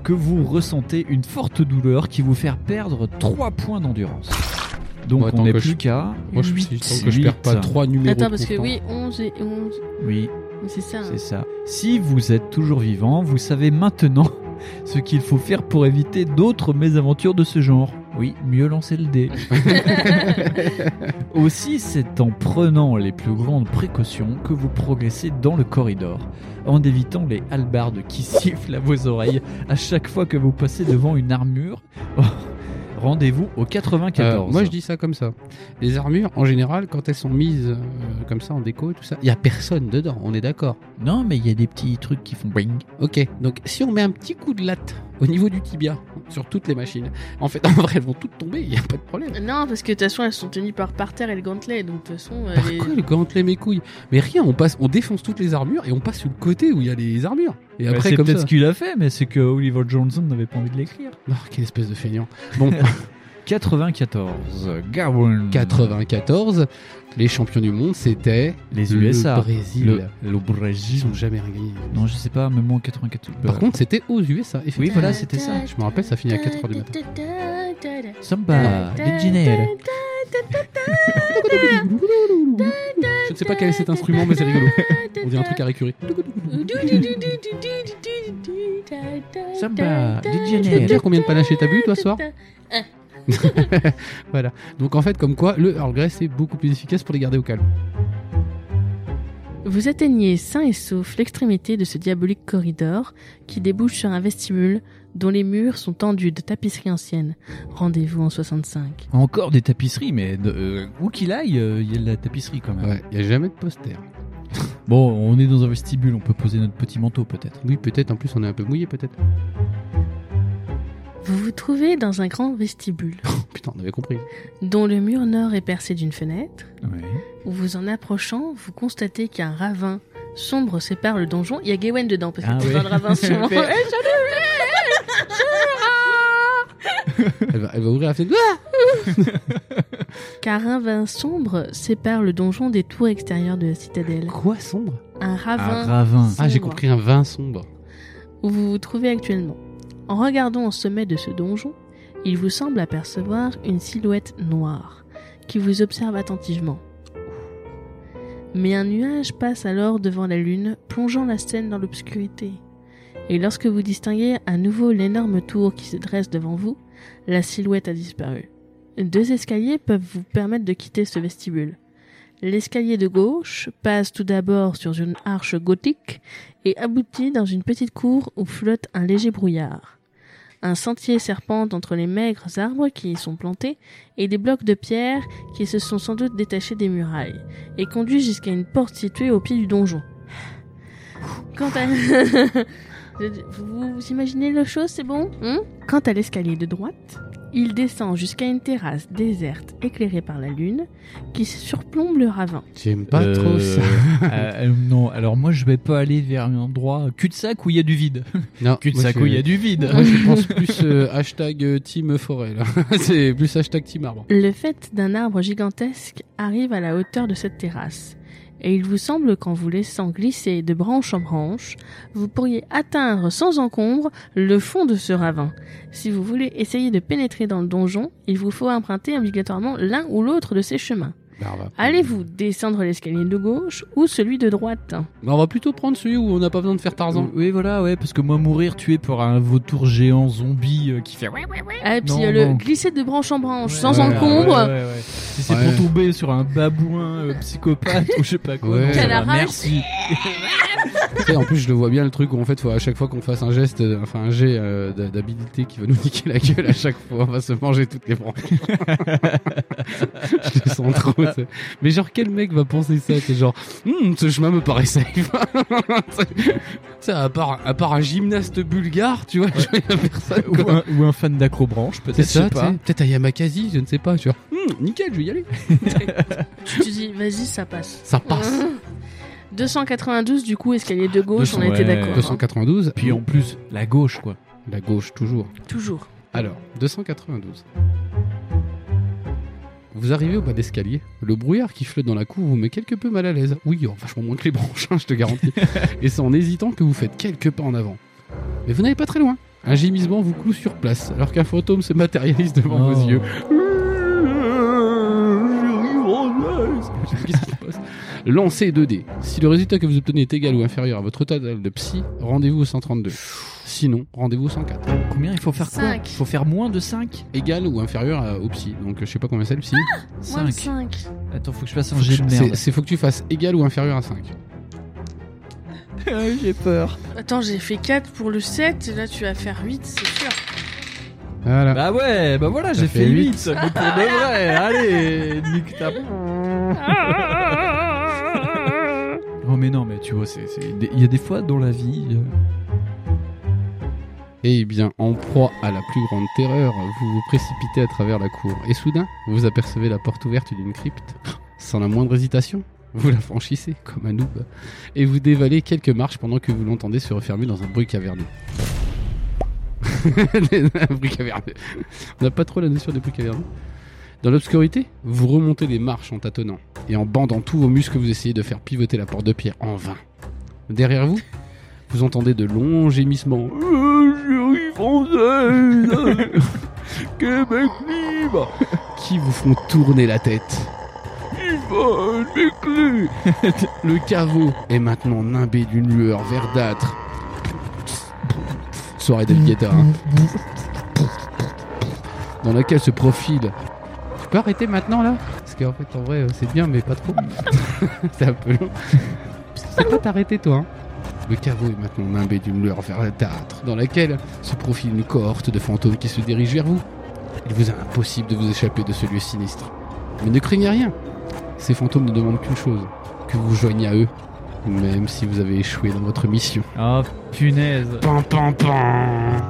[SPEAKER 5] que vous ressentez une forte douleur qui vous fait perdre 3 points d'endurance. Donc
[SPEAKER 3] Ouais, tant
[SPEAKER 5] on n'est
[SPEAKER 3] que je-
[SPEAKER 5] plus qu'à.
[SPEAKER 3] Moi je,
[SPEAKER 5] huit.
[SPEAKER 3] je sens que je perds pas
[SPEAKER 5] Huit.
[SPEAKER 3] 3 numéros.
[SPEAKER 4] Attends, parce que
[SPEAKER 3] contents.
[SPEAKER 4] oui, 11 et 11.
[SPEAKER 5] Oui,
[SPEAKER 4] Mais C'est ça. hein.
[SPEAKER 5] C'est ça. Si vous êtes toujours vivant, vous savez maintenant ce qu'il faut faire pour éviter d'autres mésaventures de ce genre. Oui, mieux lancer le dé. Aussi, c'est en prenant les plus grandes précautions que vous progressez dans le corridor, en évitant les halbardes qui sifflent à vos oreilles à chaque fois que vous passez devant une armure, Rendez-vous au
[SPEAKER 3] Euh,
[SPEAKER 5] 94.
[SPEAKER 3] moi, je dis ça comme ça. Les armures, en général, quand elles sont mises euh, comme ça en déco et tout ça, il n'y a personne dedans, on est d'accord.
[SPEAKER 5] Non, mais il y a des petits trucs qui font bing.
[SPEAKER 3] Ok, donc si on met un petit coup de latte au niveau du tibia sur toutes les machines, en fait, en vrai, elles vont toutes tomber, il n'y a pas de problème.
[SPEAKER 4] Non, parce que de toute façon, elles sont tenues par terre et le gantelet. Donc de toute façon, euh,
[SPEAKER 3] Par
[SPEAKER 4] les-
[SPEAKER 3] quoi le gantelet mes couilles Mais rien, on passe, on défonce toutes les armures et on passe sur le côté où il y a les armures. Et
[SPEAKER 5] Bah,
[SPEAKER 3] après
[SPEAKER 5] c'est
[SPEAKER 3] comme
[SPEAKER 5] peut-être
[SPEAKER 3] ça.
[SPEAKER 5] ce qu'il a fait, mais c'est que Oliver Johnson n'avait pas envie de l'écrire.
[SPEAKER 3] Oh, quelle espèce de feignant.
[SPEAKER 5] 94. Garoun.
[SPEAKER 3] 94, les champions du monde, c'était
[SPEAKER 5] Les USA.
[SPEAKER 3] le Brésil.
[SPEAKER 5] Le, le
[SPEAKER 3] Ils
[SPEAKER 5] Brésil.
[SPEAKER 3] n'ont jamais rien gagné.
[SPEAKER 5] Non, je sais pas, mais moi en 94.
[SPEAKER 3] Par contre, c'était aux USA.
[SPEAKER 5] Oui,
[SPEAKER 3] effectivement.
[SPEAKER 5] voilà, c'était ça.
[SPEAKER 3] Je me rappelle, ça finit à 4 heures du matin. euh,
[SPEAKER 5] Samba, l'ingénieur.
[SPEAKER 3] Je ne sais pas quel est cet instrument, mais c'est rigolo. On dit un truc à récurer.
[SPEAKER 5] Samba,
[SPEAKER 3] Tu peux me
[SPEAKER 5] l'ingénieur.
[SPEAKER 3] dire combien de panaches t'as bu, toi, ce soir Voilà. Donc, en fait, comme quoi, le Earl Grey, c'est beaucoup plus efficace pour les garder au calme.
[SPEAKER 4] Vous atteignez sain et sauf l'extrémité de ce diabolique corridor qui débouche sur un vestibule dont les murs sont tendus de tapisseries anciennes. Rendez-vous en 65.
[SPEAKER 5] Encore des tapisseries, mais de- euh, où qu'il aille, euh, il y a de la tapisserie quand même.
[SPEAKER 3] Ouais, il n'y a jamais de poster.
[SPEAKER 5] Bon, on est dans un vestibule, on peut poser notre petit manteau peut-être.
[SPEAKER 3] Oui, peut-être, en plus, on est un peu mouillé, peut-être.
[SPEAKER 4] Vous vous trouvez dans un grand vestibule
[SPEAKER 3] Putain, on avait compris.
[SPEAKER 4] dont le mur nord est percé d'une fenêtre où vous en approchant, vous constatez qu'un ravin sombre sépare le donjon. Il y a Gawain dedans, parce que
[SPEAKER 5] Ah
[SPEAKER 4] tu
[SPEAKER 5] oui.
[SPEAKER 4] vois le ravin souvent.
[SPEAKER 5] Fait-
[SPEAKER 3] Elle va, elle va ouvrir la fenêtre. Ah
[SPEAKER 4] Car un ravin sombre sépare le donjon des tours extérieures de la citadelle.
[SPEAKER 3] Quoi, sombre
[SPEAKER 4] Un
[SPEAKER 5] Un
[SPEAKER 4] ravin
[SPEAKER 5] ravin.
[SPEAKER 3] Ah, j'ai
[SPEAKER 4] Sombre.
[SPEAKER 3] compris un vin sombre.
[SPEAKER 4] où vous vous trouvez actuellement. En regardant au sommet de ce donjon, il vous semble apercevoir une silhouette noire qui vous observe attentivement. Mais un nuage passe alors devant la lune, plongeant la scène dans l'obscurité. Et lorsque vous distinguez à nouveau l'énorme tour qui se dresse devant vous, la silhouette a disparu. Deux escaliers peuvent vous permettre de quitter ce vestibule. L'escalier de gauche passe tout d'abord sur une arche gothique et aboutit dans une petite cour où flotte un léger brouillard. Un sentier serpente entre les maigres arbres qui y sont plantés et des blocs de pierre qui se sont sans doute détachés des murailles et conduit jusqu'à une porte située au pied du donjon. Quant à... vous, vous imaginez le chose, c'est bon hein Quant à l'escalier de droite, il descend jusqu'à une terrasse déserte éclairée par la lune qui surplombe le ravin.
[SPEAKER 3] J'aime pas
[SPEAKER 5] Euh,
[SPEAKER 3] trop ça.
[SPEAKER 5] euh, euh, non, alors moi je vais pas aller vers un endroit cul-de-sac où il y a du vide.
[SPEAKER 3] Non,
[SPEAKER 5] Cul-de-sac
[SPEAKER 3] moi,
[SPEAKER 5] où
[SPEAKER 3] je-
[SPEAKER 5] il y a du vide.
[SPEAKER 3] Moi, je pense plus euh, hashtag euh, team forêt, là. c'est plus hashtag team arbre.
[SPEAKER 4] Le fait d'un arbre gigantesque arrive à la hauteur de cette terrasse, et il vous semble qu'en vous laissant glisser de branche en branche, vous pourriez atteindre sans encombre le fond de ce ravin. Si vous voulez essayer de pénétrer dans le donjon, il vous faut emprunter obligatoirement l'un ou l'autre de ces chemins.
[SPEAKER 3] Bah, on va-
[SPEAKER 4] Allez-vous descendre l'escalier de gauche ou celui de droite
[SPEAKER 3] Bah, on va plutôt prendre celui où on n'a pas besoin de faire Tarzan.
[SPEAKER 5] Oui, voilà, ouais, parce que moi mourir tué par un vautour géant zombie euh, qui fait. Ouais, ouais, ouais,
[SPEAKER 4] Ah, et puis
[SPEAKER 5] Non,
[SPEAKER 4] euh, le
[SPEAKER 5] non.
[SPEAKER 4] glisser de branche en branche sans
[SPEAKER 3] ouais,
[SPEAKER 4] encombre,
[SPEAKER 5] ouais, ouais, ouais. Si c'est
[SPEAKER 3] Ouais.
[SPEAKER 5] pour tomber sur un babouin euh, psychopathe ou je sais pas quoi.
[SPEAKER 3] Ouais.
[SPEAKER 5] non, ça
[SPEAKER 4] Qu'elle
[SPEAKER 5] va,
[SPEAKER 4] arrache.
[SPEAKER 5] merci.
[SPEAKER 3] Tu sais, en plus, je le vois bien le truc où en fait, faut à chaque fois qu'on fasse un geste, euh, enfin un jet euh, d- d'habilité qui va nous niquer la gueule à chaque fois, on va se manger toutes les branches. je le sens trop. tu sais. Mais genre, quel mec va penser ça C'est genre, Hmm, ce chemin me paraît safe. Tu sais, à part, à part un gymnaste bulgare, tu vois, je vois personne. quoi.
[SPEAKER 5] Ou un, ou un fan d'acrobranche, peut-être.
[SPEAKER 3] C'est
[SPEAKER 5] je sais
[SPEAKER 3] ça, tu
[SPEAKER 5] pas.
[SPEAKER 3] sais, peut-être à Yamakasi, je ne sais pas, tu vois. Hmm, nickel, je vais y aller.
[SPEAKER 4] tu te dis vas-y, ça passe.
[SPEAKER 3] Ça passe.
[SPEAKER 4] 292 du coup, escalier de gauche, on a
[SPEAKER 5] 200,
[SPEAKER 4] été
[SPEAKER 5] ouais.
[SPEAKER 4] d'accord. hein.
[SPEAKER 3] 292,
[SPEAKER 5] Puis en plus, la gauche, quoi.
[SPEAKER 3] la gauche toujours.
[SPEAKER 4] Toujours.
[SPEAKER 3] Alors, 292. Vous arrivez au bas d'escalier. Le brouillard qui flotte dans la cour vous met quelque peu mal à l'aise. Oui, oh, vachement moins que les branches, hein, je te garantis. Et c'est en hésitant que vous faites quelques pas en avant. Mais vous n'allez pas très loin. Un gémissement vous cloue sur place, alors qu'un fantôme se matérialise devant
[SPEAKER 5] Oh.
[SPEAKER 3] vos yeux. Qu'est-ce qui se passe Lancez 2 dés. Si le résultat que vous obtenez est égal ou inférieur à votre total de psy, rendez-vous au 132. Sinon, rendez-vous au 104.
[SPEAKER 5] Combien il faut faire quoi
[SPEAKER 4] Cinq.
[SPEAKER 5] Il faut faire moins de 5
[SPEAKER 3] égal ou inférieur à- au psy. Donc je sais pas combien c'est le psy.
[SPEAKER 4] Moins de 5.
[SPEAKER 5] Attends, faut que je fasse un jet de
[SPEAKER 3] C'est
[SPEAKER 5] merde.
[SPEAKER 3] c'est faut que tu fasses égal ou inférieur à 5.
[SPEAKER 5] J'ai peur.
[SPEAKER 4] Attends, j'ai fait 4 pour le 7, et là tu vas faire 8, c'est sûr.
[SPEAKER 3] Voilà.
[SPEAKER 5] Bah ouais, bah voilà,
[SPEAKER 3] Ça
[SPEAKER 5] j'ai
[SPEAKER 3] fait
[SPEAKER 5] fait
[SPEAKER 3] huit.
[SPEAKER 5] 8, mais pour de vrai, allez, nique ta... Oh mais non, mais tu vois, c'est- c'est- il y a des fois dans la vie... euh,
[SPEAKER 3] Eh bien, en proie à la plus grande terreur, vous vous précipitez à travers la cour. Et soudain, vous apercevez la porte ouverte d'une crypte. Sans la moindre hésitation, vous la franchissez comme un noob. Et vous dévalez quelques marches pendant que vous l'entendez se refermer dans un bruit caverneux. un bruit caverneux. On n'a pas trop la notion des bruits caverneux. Dans l'obscurité, vous remontez les marches en tâtonnant. Et en bandant tous vos muscles, vous essayez de faire pivoter la porte de pierre en vain. Derrière vous, vous entendez de longs gémissements.
[SPEAKER 5] Québec libre
[SPEAKER 3] qui vous font tourner la tête.
[SPEAKER 5] Yvonne Méclu
[SPEAKER 3] Le caveau est maintenant nimbé d'une lueur verdâtre. Soirée d'alligator. hein. Dans laquelle se profile. Tu peux arrêter maintenant là Parce qu'en fait, en vrai, euh, c'est bien, mais pas trop. c'est un peu long. Tu peux pas t'arrêter toi. hein. Le caveau est maintenant nimbé d'une lueur verdâtre, dans laquelle se profile une cohorte de fantômes qui se dirigent vers vous. Il vous est impossible de vous échapper de ce lieu sinistre. Mais ne craignez rien. Ces fantômes ne demandent qu'une chose que vous joignez à eux, même si vous avez échoué dans votre mission.
[SPEAKER 5] Oh punaise
[SPEAKER 3] Pam pam pam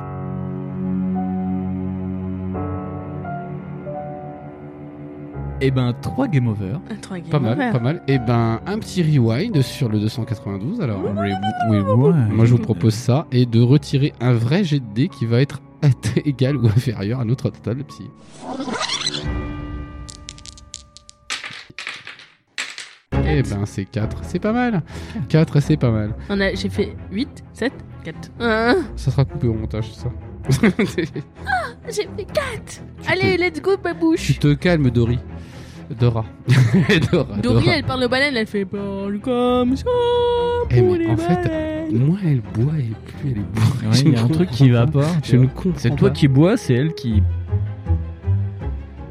[SPEAKER 5] Eh ben, 3 game over.
[SPEAKER 4] Un trois
[SPEAKER 3] Pas
[SPEAKER 4] games
[SPEAKER 3] mal,
[SPEAKER 4] over.
[SPEAKER 3] pas mal. Et ben, un petit rewind sur le 292 alors. Moi
[SPEAKER 5] Oh, Moi
[SPEAKER 3] je vous propose ça et de retirer un vrai jet de dés qui va être égal ou inférieur à notre total de psy. Eh ben c'est 4, c'est pas mal. 4 c'est pas mal.
[SPEAKER 4] On a, j'ai fait 8, 7, 4. Ah,
[SPEAKER 3] Ça sera coupé au montage ça.
[SPEAKER 4] j'ai fait 4 Allez, let's go, babouche
[SPEAKER 3] tu te calmes Dory. Dora. Dora.
[SPEAKER 4] Dory,
[SPEAKER 3] Dora.
[SPEAKER 4] elle parle aux baleines, elle fait
[SPEAKER 7] Oh,
[SPEAKER 4] parle comme ça
[SPEAKER 3] Eh,
[SPEAKER 4] pour
[SPEAKER 3] mais
[SPEAKER 4] les
[SPEAKER 3] en fait,
[SPEAKER 4] baleines.
[SPEAKER 3] Moi, elle boit et puis elle est bourrée. Je
[SPEAKER 5] il y
[SPEAKER 3] ne
[SPEAKER 5] a un truc
[SPEAKER 3] comprends
[SPEAKER 5] qui va
[SPEAKER 3] pas.
[SPEAKER 5] pas.
[SPEAKER 3] Je ne comprends
[SPEAKER 5] C'est toi
[SPEAKER 3] pas.
[SPEAKER 5] qui bois, c'est elle qui.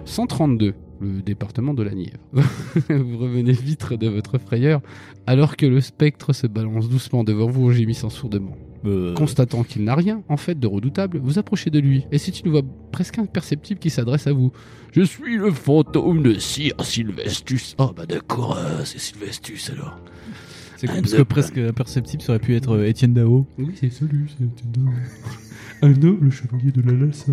[SPEAKER 3] 132, le département de la Nièvre. vous revenez vite de votre frayeur, alors que le spectre se balance doucement devant vous en gémissant sourdement.
[SPEAKER 5] euh,
[SPEAKER 3] Euh. Constatant qu'il n'a rien, en fait, de redoutable, vous approchez de lui, et c'est une voix presque imperceptible qui s'adresse à vous. Je suis le fantôme de Sir Sylvestus. Ah bah d'accord, euh, c'est Sylvestus alors.
[SPEAKER 5] C'est con parce que presque imperceptible, ça aurait pu être euh, Étienne Dao.
[SPEAKER 3] Oui, c'est ça.
[SPEAKER 7] Salut, c'est Tindor. Un noble chevalier de la Lhasa.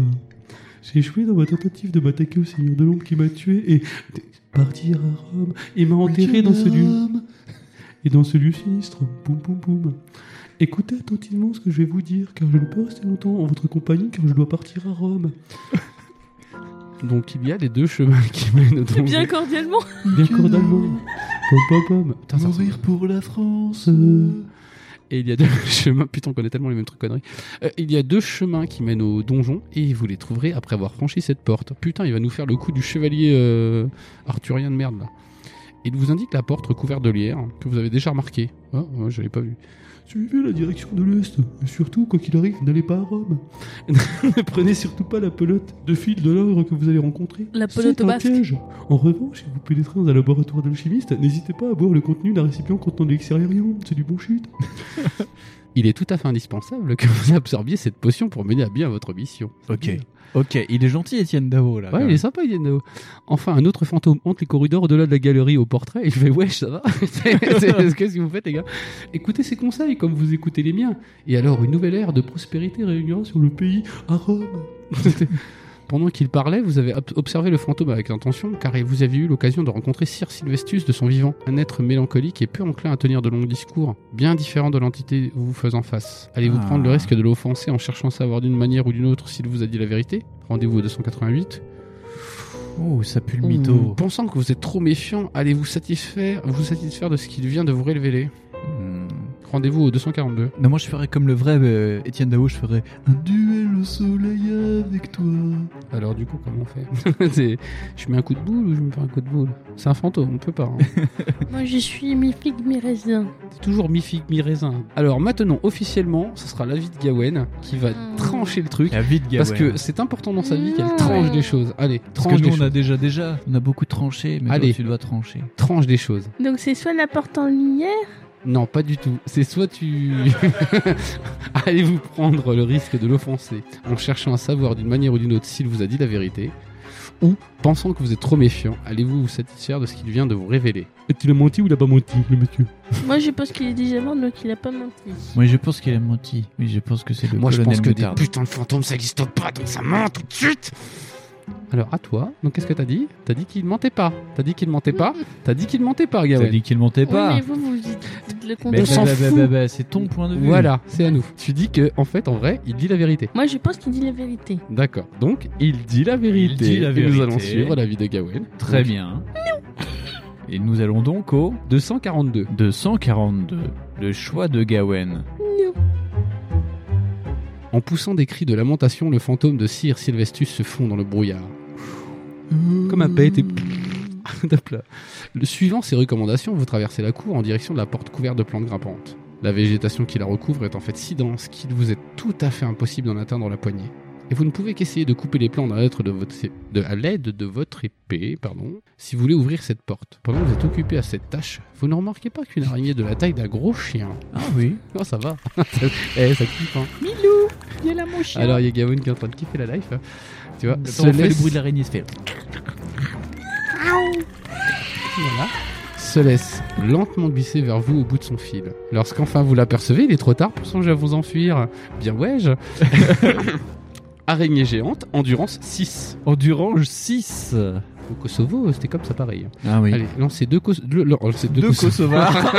[SPEAKER 7] J'ai échoué dans ma tentative de m'attaquer au Seigneur de l'Ombre qui m'a tué et de partir à Rome. Il m'a enterré dans ce lieu. Et dans ce lieu sinistre. Boum, boum, boum. Écoutez attentivement ce que je vais vous dire, car je ne peux rester longtemps en votre compagnie, car je dois partir à Rome.
[SPEAKER 3] Donc il y a les deux chemins qui mènent au
[SPEAKER 4] C'est
[SPEAKER 3] donjon.
[SPEAKER 4] bien cordialement
[SPEAKER 7] Bien cordialement. Pom, pom, pom.
[SPEAKER 3] Putain, ça ressemble-
[SPEAKER 7] pour la France.
[SPEAKER 5] Euh.
[SPEAKER 3] Et il y a deux chemins, putain, on connaît tellement les mêmes trucs conneries. Euh, il y a deux chemins qui mènent au donjon et vous les trouverez après avoir franchi cette porte. Putain, il va nous faire le coup du chevalier euh, arthurien de merde là. Il vous indique la porte recouverte de lierre que vous avez déjà remarqué. Ah, ouais, je l'avais pas vu.
[SPEAKER 7] Suivez la direction de l'Est, et surtout, quoi qu'il arrive, n'allez pas à Rome. ne prenez surtout pas la pelote de fil de l'ogre que vous allez rencontrer.
[SPEAKER 4] La pelote
[SPEAKER 7] C'est
[SPEAKER 4] au
[SPEAKER 7] un
[SPEAKER 4] basque.
[SPEAKER 7] piège. En revanche, si vous pénétrez dans un laboratoire d'alchimiste, n'hésitez pas à boire le contenu d'un récipient contenant de l'excellarium, c'est du bon chute.
[SPEAKER 3] Il est tout à fait indispensable que vous absorbiez cette potion pour mener à bien votre mission.
[SPEAKER 5] Ok. Ok, il est gentil, Étienne Dao là.
[SPEAKER 3] Ouais, il est sympa, Yendo. Enfin, un autre fantôme hante les corridors au-delà de la galerie au portrait. Et je fais, wesh, ça va C'est- c'est- Qu'est-ce que vous faites, les gars
[SPEAKER 7] Écoutez ses conseils comme vous écoutez les miens, et alors une nouvelle ère de prospérité réunira sur le pays à Rome.
[SPEAKER 3] Pendant qu'il parlait, vous avez ob- observé le fantôme avec intention, car vous aviez eu l'occasion de rencontrer Sir Sylvestus de son vivant, un être mélancolique et peu enclin à tenir de longs discours, bien différent de l'entité vous faisant face. Allez-vous
[SPEAKER 5] Ah.
[SPEAKER 3] prendre le risque de l'offenser en cherchant à savoir d'une manière ou d'une autre s'il vous a dit la vérité Rendez-vous au 288.
[SPEAKER 5] Oh, ça pue le
[SPEAKER 3] Ou,
[SPEAKER 5] mytho.
[SPEAKER 3] Hmm. Pensant que vous êtes trop méfiant, allez-vous satisfaire, vous satisfaire de ce qu'il vient de vous révéler
[SPEAKER 5] Hmm.
[SPEAKER 3] Rendez-vous au 242.
[SPEAKER 5] Non, moi je ferais comme le vrai euh, Étienne Dao, je ferais.
[SPEAKER 7] Un duel au soleil avec toi.
[SPEAKER 3] Alors du coup, comment on fait C'est- Je mets un coup de boule ou je me fais un coup de boule C'est un fantôme, on peut pas. hein.
[SPEAKER 4] Moi, je suis mi figue, mi raisin.
[SPEAKER 3] C'est toujours mi-figue, mi-raisin. Alors maintenant, officiellement, ce sera l'avis de Gawen qui va
[SPEAKER 4] Mmh.
[SPEAKER 3] trancher le truc.
[SPEAKER 5] La vie de
[SPEAKER 3] Parce que c'est important dans sa vie qu'elle
[SPEAKER 4] Mmh.
[SPEAKER 3] tranche des choses. Allez,
[SPEAKER 5] Parce que
[SPEAKER 3] tranche des
[SPEAKER 5] nous on a
[SPEAKER 3] choses.
[SPEAKER 5] déjà déjà, on a beaucoup tranché, mais
[SPEAKER 3] Allez.
[SPEAKER 5] toi, tu dois trancher.
[SPEAKER 3] Tranche des choses.
[SPEAKER 4] Donc, c'est soit la porte en lierre,
[SPEAKER 3] Non, pas du tout. C'est soit tu. Allez vous prendre le risque de l'offenser en cherchant à savoir d'une manière ou d'une autre s'il vous a dit la vérité, ou, pensant que vous êtes trop méfiant, allez-vous vous satisfaire de ce qu'il vient de vous révéler.
[SPEAKER 7] Est-ce qu'il a menti ou il a pas menti, le monsieur
[SPEAKER 4] Moi, je pense qu'il est déjà mort, donc il a pas menti.
[SPEAKER 5] Moi, je pense qu'il a menti. Oui, je pense que c'est le
[SPEAKER 3] Moi, je
[SPEAKER 5] colonel
[SPEAKER 3] pense que des
[SPEAKER 5] Moutarde.
[SPEAKER 3] putains de fantômes, ça n'existe pas, donc ça ment tout de suite Alors, à toi. Donc, qu'est-ce que t'as dit T'as dit qu'il mentait pas. T'as dit qu'il mentait pas. T'as dit qu'il mentait pas,
[SPEAKER 5] T'as
[SPEAKER 3] Gawain.
[SPEAKER 5] dit qu'il mentait
[SPEAKER 4] Oui,
[SPEAKER 5] pas.
[SPEAKER 4] mais vous, vous dites dites le
[SPEAKER 5] Bah,
[SPEAKER 3] on
[SPEAKER 4] contraire.
[SPEAKER 5] bah,
[SPEAKER 3] s'en
[SPEAKER 5] bah, bah,
[SPEAKER 3] fout.
[SPEAKER 5] bah, bah, c'est ton point de vue.
[SPEAKER 3] Voilà, c'est à nous. Tu dis que, en fait, en vrai, il dit la vérité.
[SPEAKER 4] Moi, je pense qu'il dit la vérité.
[SPEAKER 3] D'accord. Donc, il dit la vérité.
[SPEAKER 5] Il dit la
[SPEAKER 3] Et nous
[SPEAKER 5] vérité.
[SPEAKER 3] allons suivre la vie de Gawain.
[SPEAKER 5] Très
[SPEAKER 3] Donc,
[SPEAKER 5] bien. Et nous allons donc au
[SPEAKER 3] 242.
[SPEAKER 5] 242. Le choix de Gawain.
[SPEAKER 3] En poussant des cris de lamentation, le fantôme de Sir Sylvestus se fond dans le brouillard.
[SPEAKER 7] Comme un bête et.
[SPEAKER 3] Hop là. Le suivant ses recommandations, vous traversez la cour en direction de la porte couverte de plantes grimpantes. La végétation qui la recouvre est en fait si dense qu'il vous est tout à fait impossible d'en atteindre la poignée. Et vous ne pouvez qu'essayer de couper les plantes à l'aide de votre, de- à l'aide de votre épée, pardon, si vous voulez ouvrir cette porte. Pendant que vous êtes occupé à cette tâche, vous ne remarquez pas qu'une araignée de la taille d'un gros chien.
[SPEAKER 5] Ah oui.
[SPEAKER 3] Oh, ça va. ça, eh, ça kiffe, hein.
[SPEAKER 4] Milou, il y a là mon chien.
[SPEAKER 3] Alors, il y a Gawain qui est en train de kiffer la life. hein. Tu vois, se
[SPEAKER 5] on fait le
[SPEAKER 3] laisse-
[SPEAKER 5] bruit de l'araignée, se fait.
[SPEAKER 3] Voilà. se laisse lentement glisser vers vous au bout de son fil. Lorsqu'enfin vous l'apercevez, il est trop tard pour songer à vous enfuir. Bien ouais-je Araignée géante, endurance 6.
[SPEAKER 5] Endurange 6.
[SPEAKER 3] Au Kosovo, c'était comme ça pareil.
[SPEAKER 5] Ah oui.
[SPEAKER 3] Allez, lancez deux, Kos- le- le- lancez deux
[SPEAKER 5] Deux
[SPEAKER 3] Kosovo.
[SPEAKER 5] Kosovars.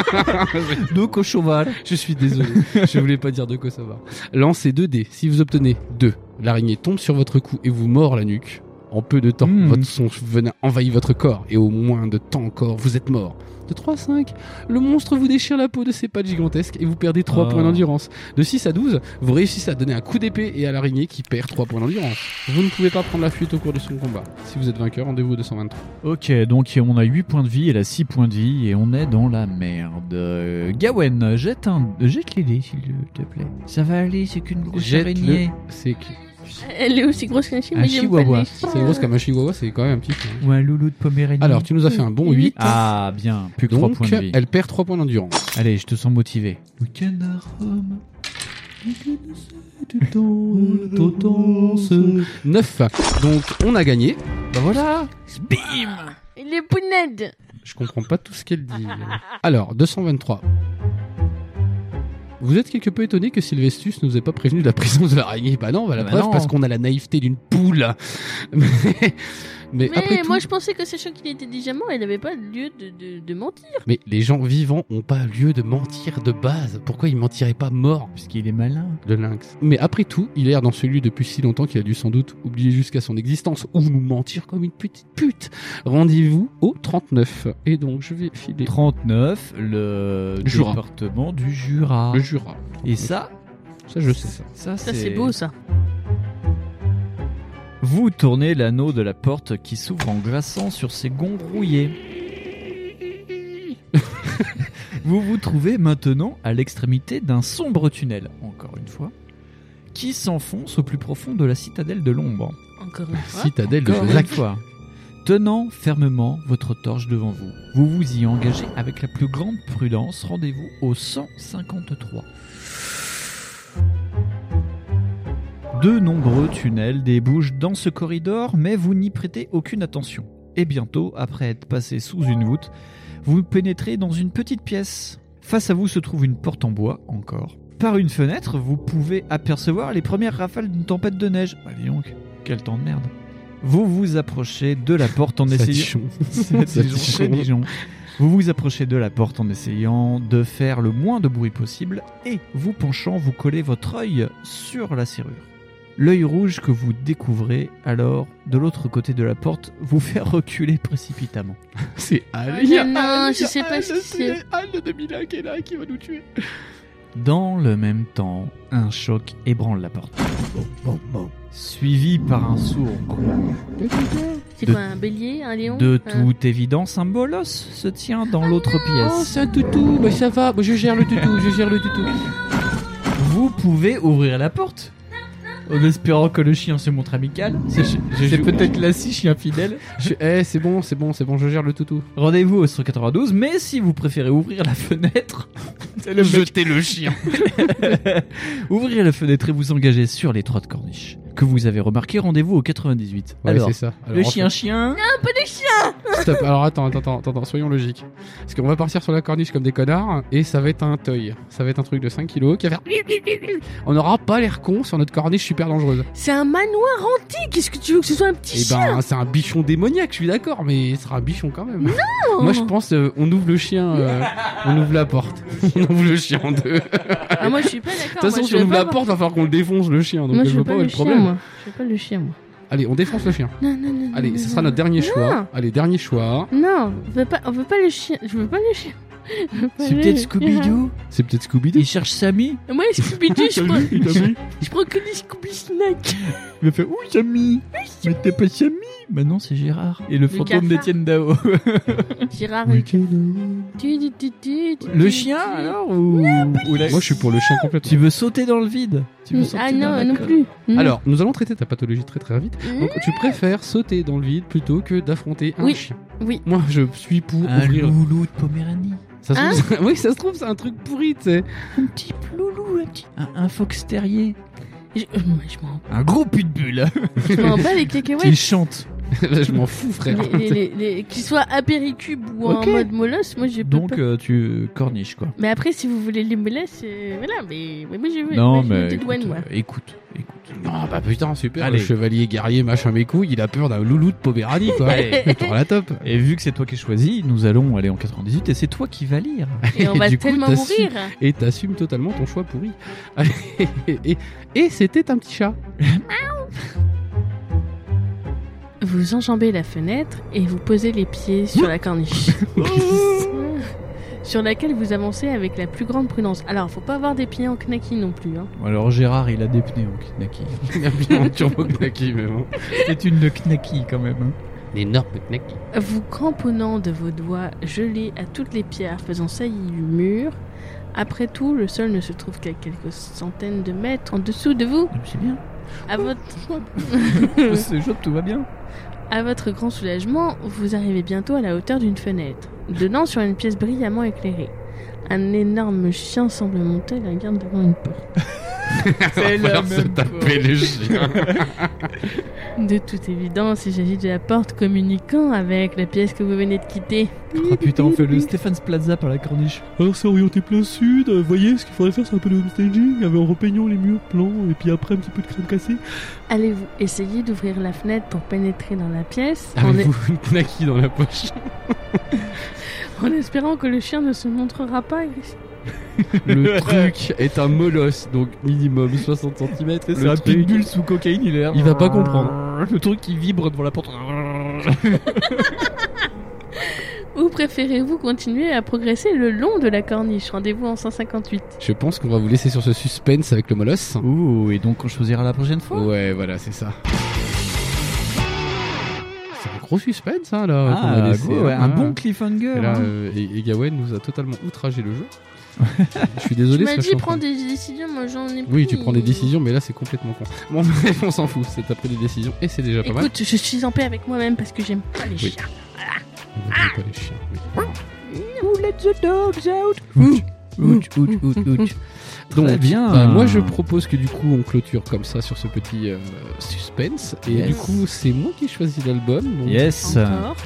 [SPEAKER 5] Deux Kosovars.
[SPEAKER 3] Je suis désolé, je voulais pas dire deux Kosovo. Lancez deux dés. Si vous obtenez deux, l'araignée tombe sur votre cou et vous mord la nuque. En peu de temps,
[SPEAKER 5] Mhm.
[SPEAKER 3] votre son venin envahit votre corps et au moins de temps encore, vous êtes mort. De 3 à 5, le monstre vous déchire la peau de ses pattes gigantesques et vous perdez 3
[SPEAKER 5] Oh.
[SPEAKER 3] points d'endurance. De 6 à 12, vous réussissez à donner un coup d'épée et à l'araignée qui perd 3 points d'endurance. Vous ne pouvez pas prendre la fuite au cours de son combat. Si vous êtes vainqueur, rendez-vous au 223.
[SPEAKER 5] Ok, donc on a 8 points de vie, elle a 6 points de vie et on est dans la merde. Euh, Gawen, jette, un... jette les dés s'il te plaît. Ça va aller, c'est qu'une grosse
[SPEAKER 3] Jette-le.
[SPEAKER 5] araignée.
[SPEAKER 3] C'est qui
[SPEAKER 4] Elle est aussi grosse qu'un chien,
[SPEAKER 5] Un
[SPEAKER 4] mais j'aime pas
[SPEAKER 5] chihuahua.
[SPEAKER 4] les
[SPEAKER 3] C'est
[SPEAKER 4] chiens.
[SPEAKER 3] grosse comme un chihuahua, c'est quand même un petit. chien.
[SPEAKER 5] Ou un loulou de Poméranie.
[SPEAKER 3] Alors, tu nous as fait un bon 8.
[SPEAKER 5] Ah, bien, plus que 3
[SPEAKER 3] Donc,
[SPEAKER 5] points de vie.
[SPEAKER 3] elle perd 3 points d'endurance.
[SPEAKER 5] Allez, je te sens motivé.
[SPEAKER 7] Totance.
[SPEAKER 3] 9. Donc on a gagné.
[SPEAKER 5] Bah voilà
[SPEAKER 4] Il est bounade.
[SPEAKER 3] Je comprends pas tout ce qu'elle dit. Alors, 223. Vous êtes quelque peu étonné que Sylvestus ne vous ait pas prévenu de la présence de l'araignée. Bah non, bah la
[SPEAKER 5] Bah
[SPEAKER 3] preuve,
[SPEAKER 5] non.
[SPEAKER 3] parce qu'on a la naïveté d'une poule. Mais, mais après
[SPEAKER 4] Mais
[SPEAKER 3] tout,
[SPEAKER 4] moi, je pensais que sachant qu'il était déjà mort, il n'avait pas lieu de, de, de mentir.
[SPEAKER 3] mais les gens vivants ont pas lieu de mentir de base. Pourquoi ils mentiraient pas morts
[SPEAKER 5] Parce qu'il est malin.
[SPEAKER 3] de lynx Mais après tout, il erre dans ce lieu depuis si longtemps qu'il a dû sans doute oublier jusqu'à son existence ou nous mentir comme une petite pute. Rendez-vous au 39. Et donc, je vais filer
[SPEAKER 5] 39, le
[SPEAKER 3] Le Jura.
[SPEAKER 5] département du Jura.
[SPEAKER 3] le Jura.
[SPEAKER 5] Et ça,
[SPEAKER 3] Ça, je sais ça.
[SPEAKER 5] ça,
[SPEAKER 4] Ça, c'est beau, ça.
[SPEAKER 5] Vous tournez l'anneau de la porte qui s'ouvre en glaçant sur ses gonds rouillés. vous vous trouvez maintenant à l'extrémité d'un sombre tunnel, encore une fois, qui s'enfonce au plus profond de la citadelle de l'ombre.
[SPEAKER 4] Encore une fois.
[SPEAKER 3] Citadelle de
[SPEAKER 5] Encore une
[SPEAKER 3] Jacques.
[SPEAKER 5] fois. Tenant fermement votre torche devant vous, vous vous y engagez avec la plus grande prudence. Rendez-vous au 153. De nombreux tunnels débouchent dans ce corridor, mais vous n'y prêtez aucune attention. Et bientôt, après être passé sous une voûte, vous pénétrez dans une petite pièce. Face à vous se trouve une porte en bois, encore. Par une fenêtre, vous pouvez apercevoir les premières rafales d'une tempête de neige. Bah dis donc, quel temps de merde. Vous vous approchez de la porte en
[SPEAKER 3] Ça dit
[SPEAKER 5] essayant...
[SPEAKER 3] chaud.
[SPEAKER 5] C'est à
[SPEAKER 3] Ça
[SPEAKER 5] Dijon,
[SPEAKER 3] dit
[SPEAKER 5] c'est à
[SPEAKER 3] chaud.
[SPEAKER 5] Dijon. Vous vous approchez de la porte en essayant de faire le moins de bruit possible et, vous penchant, vous collez votre œil sur la serrure. L'œil rouge que vous découvrez alors de l'autre côté de la porte vous fait reculer précipitamment.
[SPEAKER 3] C'est
[SPEAKER 4] Ah,
[SPEAKER 3] Al.
[SPEAKER 4] mais non, je
[SPEAKER 3] Ah,
[SPEAKER 4] sais pas ce que c'est.
[SPEAKER 3] C'est Al de 2001 qui est là, qui va nous tuer.
[SPEAKER 5] Dans le même temps, un choc ébranle la porte, suivi par un sourd grognement.
[SPEAKER 4] C'est
[SPEAKER 5] De-
[SPEAKER 4] quoi, un bélier, un lion euh,
[SPEAKER 5] De
[SPEAKER 4] un-
[SPEAKER 5] toute évidence, un bolos se tient dans l'autre
[SPEAKER 3] Oh,
[SPEAKER 5] pièce.
[SPEAKER 3] c'est un toutou. Bah, ça va. Bah, je gère le toutou. Je gère le toutou.
[SPEAKER 5] Vous pouvez ouvrir la porte en espérant que le chien se montre amical. C'est c'est peut-être la scie chien fidèle.
[SPEAKER 3] Je- Eh, c'est bon, c'est bon, c'est bon, je gère le toutou.
[SPEAKER 5] Rendez-vous au 192, mais si vous préférez ouvrir la fenêtre, c'est le mec-
[SPEAKER 3] Jetez le chien.
[SPEAKER 5] Ouvrez la fenêtre et vous engagez sur les trois de corniche. Que vous avez remarqué, rendez-vous au 98.
[SPEAKER 3] Ouais,
[SPEAKER 5] Alors,
[SPEAKER 3] c'est ça. Alors,
[SPEAKER 5] le
[SPEAKER 3] en fait,
[SPEAKER 5] chien-chien...
[SPEAKER 3] Stop. Alors attends, attends, attends, attends, soyons logiques. Parce qu'on va partir sur la corniche comme des connards et ça va être un toy. Ça va être un truc de 5 kilos qui va faire. On n'aura pas l'air con sur notre corniche super dangereuse.
[SPEAKER 4] C'est un manoir antique. Qu'est-ce que tu veux que ce soit un petit
[SPEAKER 3] Et
[SPEAKER 4] chien
[SPEAKER 3] ben, c'est un bichon démoniaque, je suis d'accord, mais ce sera un bichon quand même. Moi,
[SPEAKER 4] hein
[SPEAKER 3] je pense, euh, on ouvre le chien, euh, on ouvre la porte. on ouvre le chien en deux. De toute
[SPEAKER 4] Ah, moi, je suis pas d'accord.
[SPEAKER 3] façon,
[SPEAKER 4] moi,
[SPEAKER 3] si
[SPEAKER 4] je
[SPEAKER 3] on
[SPEAKER 4] vais
[SPEAKER 3] ouvre
[SPEAKER 4] pas
[SPEAKER 3] la
[SPEAKER 4] voir-
[SPEAKER 3] porte, il va falloir qu'on le défonce, le chien. Donc,
[SPEAKER 4] Moi,
[SPEAKER 3] je
[SPEAKER 4] je
[SPEAKER 3] vois
[SPEAKER 4] veux
[SPEAKER 3] pas
[SPEAKER 4] pas
[SPEAKER 3] où est
[SPEAKER 4] le
[SPEAKER 3] le
[SPEAKER 4] chien,
[SPEAKER 3] problème.
[SPEAKER 4] moi. Je veux pas le chien, moi.
[SPEAKER 3] Allez, on défonce le chien.
[SPEAKER 4] Non, non, non. non,
[SPEAKER 3] Allez,
[SPEAKER 4] non,
[SPEAKER 3] ça
[SPEAKER 4] non,
[SPEAKER 3] sera notre dernier
[SPEAKER 4] non.
[SPEAKER 3] choix. Allez, dernier choix.
[SPEAKER 4] Non, on veut pas, on veut pas le chien. Je veux pas le chien. Je veux pas
[SPEAKER 5] C'est
[SPEAKER 4] le
[SPEAKER 5] peut-être
[SPEAKER 4] chien.
[SPEAKER 5] Scooby-Doo
[SPEAKER 3] C'est peut-être Scooby-Doo.
[SPEAKER 5] Il cherche Samy
[SPEAKER 4] Moi, Scooby-Doo, je prends, je, je prends que des Scooby-Snack.
[SPEAKER 5] Il va faire Ouh, Samy Mais t'es pas Samy Bah non, c'est Gérard. Et le fantôme
[SPEAKER 4] cafard.
[SPEAKER 5] d'Étienne Dao.
[SPEAKER 4] Gérard et...
[SPEAKER 7] Weekend,
[SPEAKER 4] Tu, tu, tu, tu, tu,
[SPEAKER 5] Le
[SPEAKER 4] tu,
[SPEAKER 5] chien
[SPEAKER 4] tu.
[SPEAKER 5] alors ou... ou la-
[SPEAKER 3] Moi, je suis pour le chien complètement.
[SPEAKER 5] Tu veux sauter dans le vide tu veux sauter
[SPEAKER 4] Ah
[SPEAKER 5] dans la
[SPEAKER 4] non, non
[SPEAKER 5] colle.
[SPEAKER 4] plus. Non.
[SPEAKER 3] euh, Alors, nous allons traiter ta pathologie très très vite. Donc, tu préfères sauter dans le vide plutôt que d'affronter un
[SPEAKER 4] Mm. Oui.
[SPEAKER 3] chien.
[SPEAKER 4] Oui.
[SPEAKER 3] Moi, je suis pour
[SPEAKER 5] Un
[SPEAKER 3] ouvrir.
[SPEAKER 5] loulou de Poméranie.
[SPEAKER 3] Ça
[SPEAKER 4] Hein
[SPEAKER 3] se trouve, oui, ça se trouve, c'est un truc pourri, tu sais.
[SPEAKER 5] Un petit loulou, un petit. Un, un fox terrier.
[SPEAKER 4] Je, euh, moi, je m'en-
[SPEAKER 5] Un gros pitbull.
[SPEAKER 4] je m'en bats les cacahuètes.
[SPEAKER 5] Il chante.
[SPEAKER 3] je m'en fous, frère.
[SPEAKER 4] Les- les- les- les- Qu'ils soient apéricubes ou en
[SPEAKER 5] Ok.
[SPEAKER 4] mode molosse, moi, je peux
[SPEAKER 5] Donc
[SPEAKER 4] pas.
[SPEAKER 5] euh, tu corniches quoi.
[SPEAKER 4] Mais après, si vous voulez les molosses, euh, voilà, mais, mais moi, je veux,
[SPEAKER 5] Non
[SPEAKER 4] moi, je veux
[SPEAKER 5] mais
[SPEAKER 4] des
[SPEAKER 5] écoute,
[SPEAKER 4] douanes, moi.
[SPEAKER 5] euh, écoute, écoute.
[SPEAKER 3] Non, bah putain, super.
[SPEAKER 5] Allez.
[SPEAKER 3] Le chevalier guerrier, machin, mes couilles, il a peur d'un loulou de Poméranie, quoi.
[SPEAKER 5] Allez.
[SPEAKER 3] Pour la top.
[SPEAKER 5] Et vu que c'est toi qui choisis, nous allons aller en 98 et c'est toi qui vas lire.
[SPEAKER 4] Et on
[SPEAKER 3] Et
[SPEAKER 4] va
[SPEAKER 3] du coup,
[SPEAKER 4] tellement
[SPEAKER 3] t'as su-
[SPEAKER 4] mourir.
[SPEAKER 3] Et t'assumes totalement ton choix pourri. Allez, et, et- et c'était un petit chat.
[SPEAKER 4] Vous enjambez la fenêtre et vous posez les pieds sur la corniche. sur laquelle vous avancez avec la plus grande prudence. Alors, faut pas avoir des pieds en knacky non plus. Hein.
[SPEAKER 5] Alors Gérard, il a des pneus en knacky.
[SPEAKER 3] Il a mis en turbo hein. knacky, mais bon.
[SPEAKER 5] C'est une de knacky quand même. hein.
[SPEAKER 3] L'énorme knacky.
[SPEAKER 4] Vous cramponnant de vos doigts gelés à toutes les pierres faisant saillie du mur. Après tout, le sol ne se trouve qu'à quelques centaines de mètres en dessous de vous.
[SPEAKER 5] Ah, C'est bien.
[SPEAKER 4] À votre,
[SPEAKER 5] C'est chouette, tout va bien.
[SPEAKER 4] à votre grand soulagement, vous arrivez bientôt à la hauteur d'une fenêtre, donnant sur une pièce brillamment éclairée. Un énorme chien semble monter la garde devant une porte.
[SPEAKER 5] C'est la
[SPEAKER 3] Alors, se
[SPEAKER 5] même
[SPEAKER 3] taper le chien.
[SPEAKER 4] De toute évidence, il s'agit de la porte communiquant avec la pièce que vous venez de quitter.
[SPEAKER 5] Ah putain, on fait le Stephen's Plaza par la corniche.
[SPEAKER 7] Alors c'est orienté plein sud, euh, voyez ce qu'il faudrait faire c'est un peu de homestaging, avec- en repeignant les murs plans et puis après un petit peu de crème cassée.
[SPEAKER 4] Allez-vous essayer d'ouvrir la fenêtre pour pénétrer dans la pièce en,
[SPEAKER 3] Avez-vous une knacky dans la poche
[SPEAKER 4] en espérant que le chien ne se montrera pas
[SPEAKER 3] Le truc est un molosse, donc minimum 60 cm.
[SPEAKER 5] C'est un pitbull sous cocaïne, il est
[SPEAKER 3] Il va pas comprendre.
[SPEAKER 5] Le truc qui vibre devant la porte.
[SPEAKER 4] Ou préférez-vous continuer à progresser le long de la corniche Rendez-vous en 158.
[SPEAKER 3] Je pense qu'on va vous laisser sur ce suspense avec le molosse.
[SPEAKER 5] Ouh, et donc on choisira la prochaine fois
[SPEAKER 3] Ouais, voilà, c'est ça. C'est un gros suspense, hein, là. qu'on a
[SPEAKER 5] Ah,
[SPEAKER 3] laissé,
[SPEAKER 5] gros, ouais,
[SPEAKER 3] hein.
[SPEAKER 5] un bon cliffhanger.
[SPEAKER 3] Et là,
[SPEAKER 5] hein.
[SPEAKER 3] euh, et, et Gawain nous a totalement outragé le jeu. je suis désolé.
[SPEAKER 4] tu m'as
[SPEAKER 3] parce que je
[SPEAKER 4] dit
[SPEAKER 3] suis en train
[SPEAKER 4] prends
[SPEAKER 3] de-
[SPEAKER 4] des décisions, moi j'en ai
[SPEAKER 3] Oui,
[SPEAKER 4] pris.
[SPEAKER 3] tu prends des décisions, mais là, c'est complètement con. Bon, bref, on s'en fout. C'est t'as pris des décisions et c'est déjà pas mal.
[SPEAKER 4] Écoute, je suis en paix avec moi-même parce que j'aime pas les
[SPEAKER 3] Oui.
[SPEAKER 4] chiens.
[SPEAKER 3] On va pas les chiens, oui.
[SPEAKER 4] Who let the dogs out
[SPEAKER 5] Ouch, ouch, ouch, ouch.
[SPEAKER 3] Donc,
[SPEAKER 5] Mm. Très bien.
[SPEAKER 3] euh, moi, je propose que du coup, on clôture comme ça sur ce petit euh, suspense. Et
[SPEAKER 5] Yes.
[SPEAKER 3] du coup, c'est moi qui choisis l'album. donc-
[SPEAKER 5] Yes.
[SPEAKER 4] Encore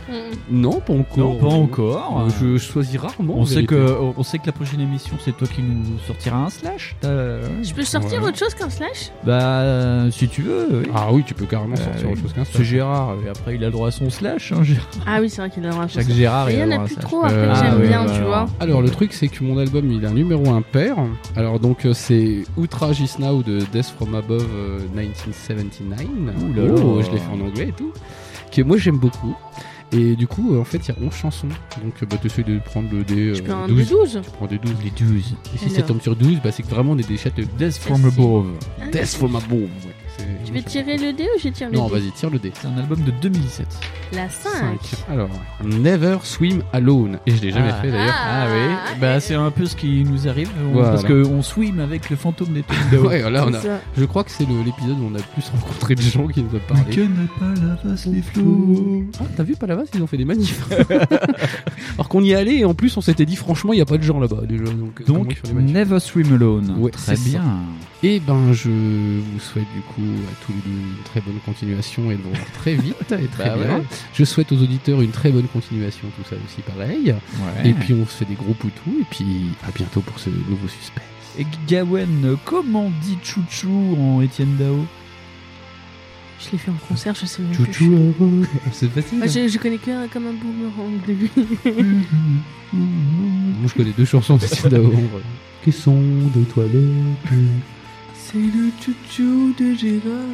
[SPEAKER 3] Non, pas encore.
[SPEAKER 5] Non, pas encore.
[SPEAKER 3] Euh, Je choisis rarement. en
[SPEAKER 5] On sait,
[SPEAKER 3] vérité.
[SPEAKER 5] que, on sait que la prochaine émission, c'est toi qui nous sortira un slash. Euh,
[SPEAKER 4] Je peux sortir
[SPEAKER 3] Ouais.
[SPEAKER 4] autre chose qu'un slash
[SPEAKER 5] Bah, euh, si tu veux, oui.
[SPEAKER 3] Ah oui, tu peux carrément sortir
[SPEAKER 5] Euh,
[SPEAKER 3] autre chose qu'un
[SPEAKER 5] C'est
[SPEAKER 3] slash.
[SPEAKER 5] Gérard, euh, et après il a le droit à son slash. hein, Gérard.
[SPEAKER 4] Ah oui, c'est vrai qu'il aura un
[SPEAKER 5] Chaque Gérard,
[SPEAKER 4] Il y
[SPEAKER 5] a
[SPEAKER 4] en
[SPEAKER 5] le
[SPEAKER 4] a
[SPEAKER 5] droit à
[SPEAKER 4] plus
[SPEAKER 5] un slash.
[SPEAKER 4] trop après
[SPEAKER 3] Euh,
[SPEAKER 4] que
[SPEAKER 3] ah
[SPEAKER 4] j'aime
[SPEAKER 3] ouais,
[SPEAKER 4] bien,
[SPEAKER 5] bah
[SPEAKER 4] tu
[SPEAKER 5] alors.
[SPEAKER 4] vois.
[SPEAKER 3] Alors, le truc, c'est que mon album, il a un numéro impair. Alors, donc, euh, c'est Outrage Is Now de Death From Above euh, 1979.
[SPEAKER 5] Ouh là là.
[SPEAKER 3] Oh, je l'ai fait en anglais et tout. Que moi, j'aime beaucoup. Et du coup, euh, en fait, il y a 11 chansons. Donc, euh, bah, tu essaies de prendre le dé.
[SPEAKER 4] Je
[SPEAKER 3] euh,
[SPEAKER 4] peux en
[SPEAKER 3] 12.
[SPEAKER 4] 12.
[SPEAKER 3] Tu prends des 12. Les 12. Et si ça
[SPEAKER 4] Alors.
[SPEAKER 3] tombe sur 12, bah, c'est que vraiment on est des chats de
[SPEAKER 5] Death from
[SPEAKER 4] Merci.
[SPEAKER 5] Above.
[SPEAKER 3] death from above. Ouais, c'est-
[SPEAKER 4] Tu veux tirer le dé ou je tire le
[SPEAKER 3] Non,
[SPEAKER 4] dé
[SPEAKER 3] vas-y, tire le dé.
[SPEAKER 5] C'est un album de 2007.
[SPEAKER 4] La 5.
[SPEAKER 3] Cinq. Alors, Never Swim Alone. Et je l'ai jamais
[SPEAKER 5] Ah.
[SPEAKER 3] fait d'ailleurs.
[SPEAKER 5] Ah, oui, bah c'est un peu ce qui nous arrive on-
[SPEAKER 3] Voilà.
[SPEAKER 5] parce qu'on swim avec le fantôme des Tombes d'Ao.
[SPEAKER 3] Ouais, là, Ah, on a-
[SPEAKER 4] C'est ça.
[SPEAKER 3] je crois que c'est le- l'épisode où on a le plus rencontré de gens qui nous ont parlé.
[SPEAKER 5] n'a pas la face les
[SPEAKER 3] Ah, t'as vu Palavas, ils ont fait des manifs. Alors qu'on y allait et en plus on s'était dit franchement il n'y a pas de gens là-bas déjà. Donc, euh, comment ils
[SPEAKER 5] Donc
[SPEAKER 3] font les manifs
[SPEAKER 5] Never Swim Alone.
[SPEAKER 3] Ouais,
[SPEAKER 5] Très
[SPEAKER 3] c'est
[SPEAKER 5] bien.
[SPEAKER 3] Et ben je vous souhaite du coup à tous les deux une très bonne continuation et de vous voir très vite et très
[SPEAKER 5] Bah
[SPEAKER 3] bien.
[SPEAKER 5] ouais.
[SPEAKER 3] Je souhaite aux auditeurs une très bonne continuation, tout ça aussi pareil.
[SPEAKER 5] Ouais.
[SPEAKER 3] Et puis on se fait des gros poutous et puis à bientôt pour ce nouveau suspect.
[SPEAKER 5] Et Gawen, euh, comment dit Chouchou en Étienne Dao
[SPEAKER 4] Je l'ai fait en concert, je sais même plus.
[SPEAKER 7] Chouchou Aram. Ah, C'est facile.
[SPEAKER 4] Moi, je, je connais que un- comme un boomerang de lui. Oh,
[SPEAKER 3] Moi je connais deux chansons de Etienne Dao. en vrai.
[SPEAKER 7] Qui sont de toilettes.
[SPEAKER 4] C'est le chouchou de Gérard.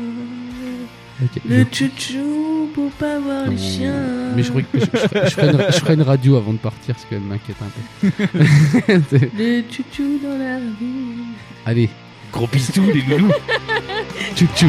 [SPEAKER 3] Ok.
[SPEAKER 4] Le chouchou pour pas voir les
[SPEAKER 3] Non,
[SPEAKER 4] chiens.
[SPEAKER 3] Mais euh, je, je, je, je ferai une, je ferai une radio avant de partir parce qu'elle m'inquiète un peu. C'est-
[SPEAKER 4] Le chouchou dans la rue.
[SPEAKER 3] Allez, gros bisous les loulous. Tchou tchou.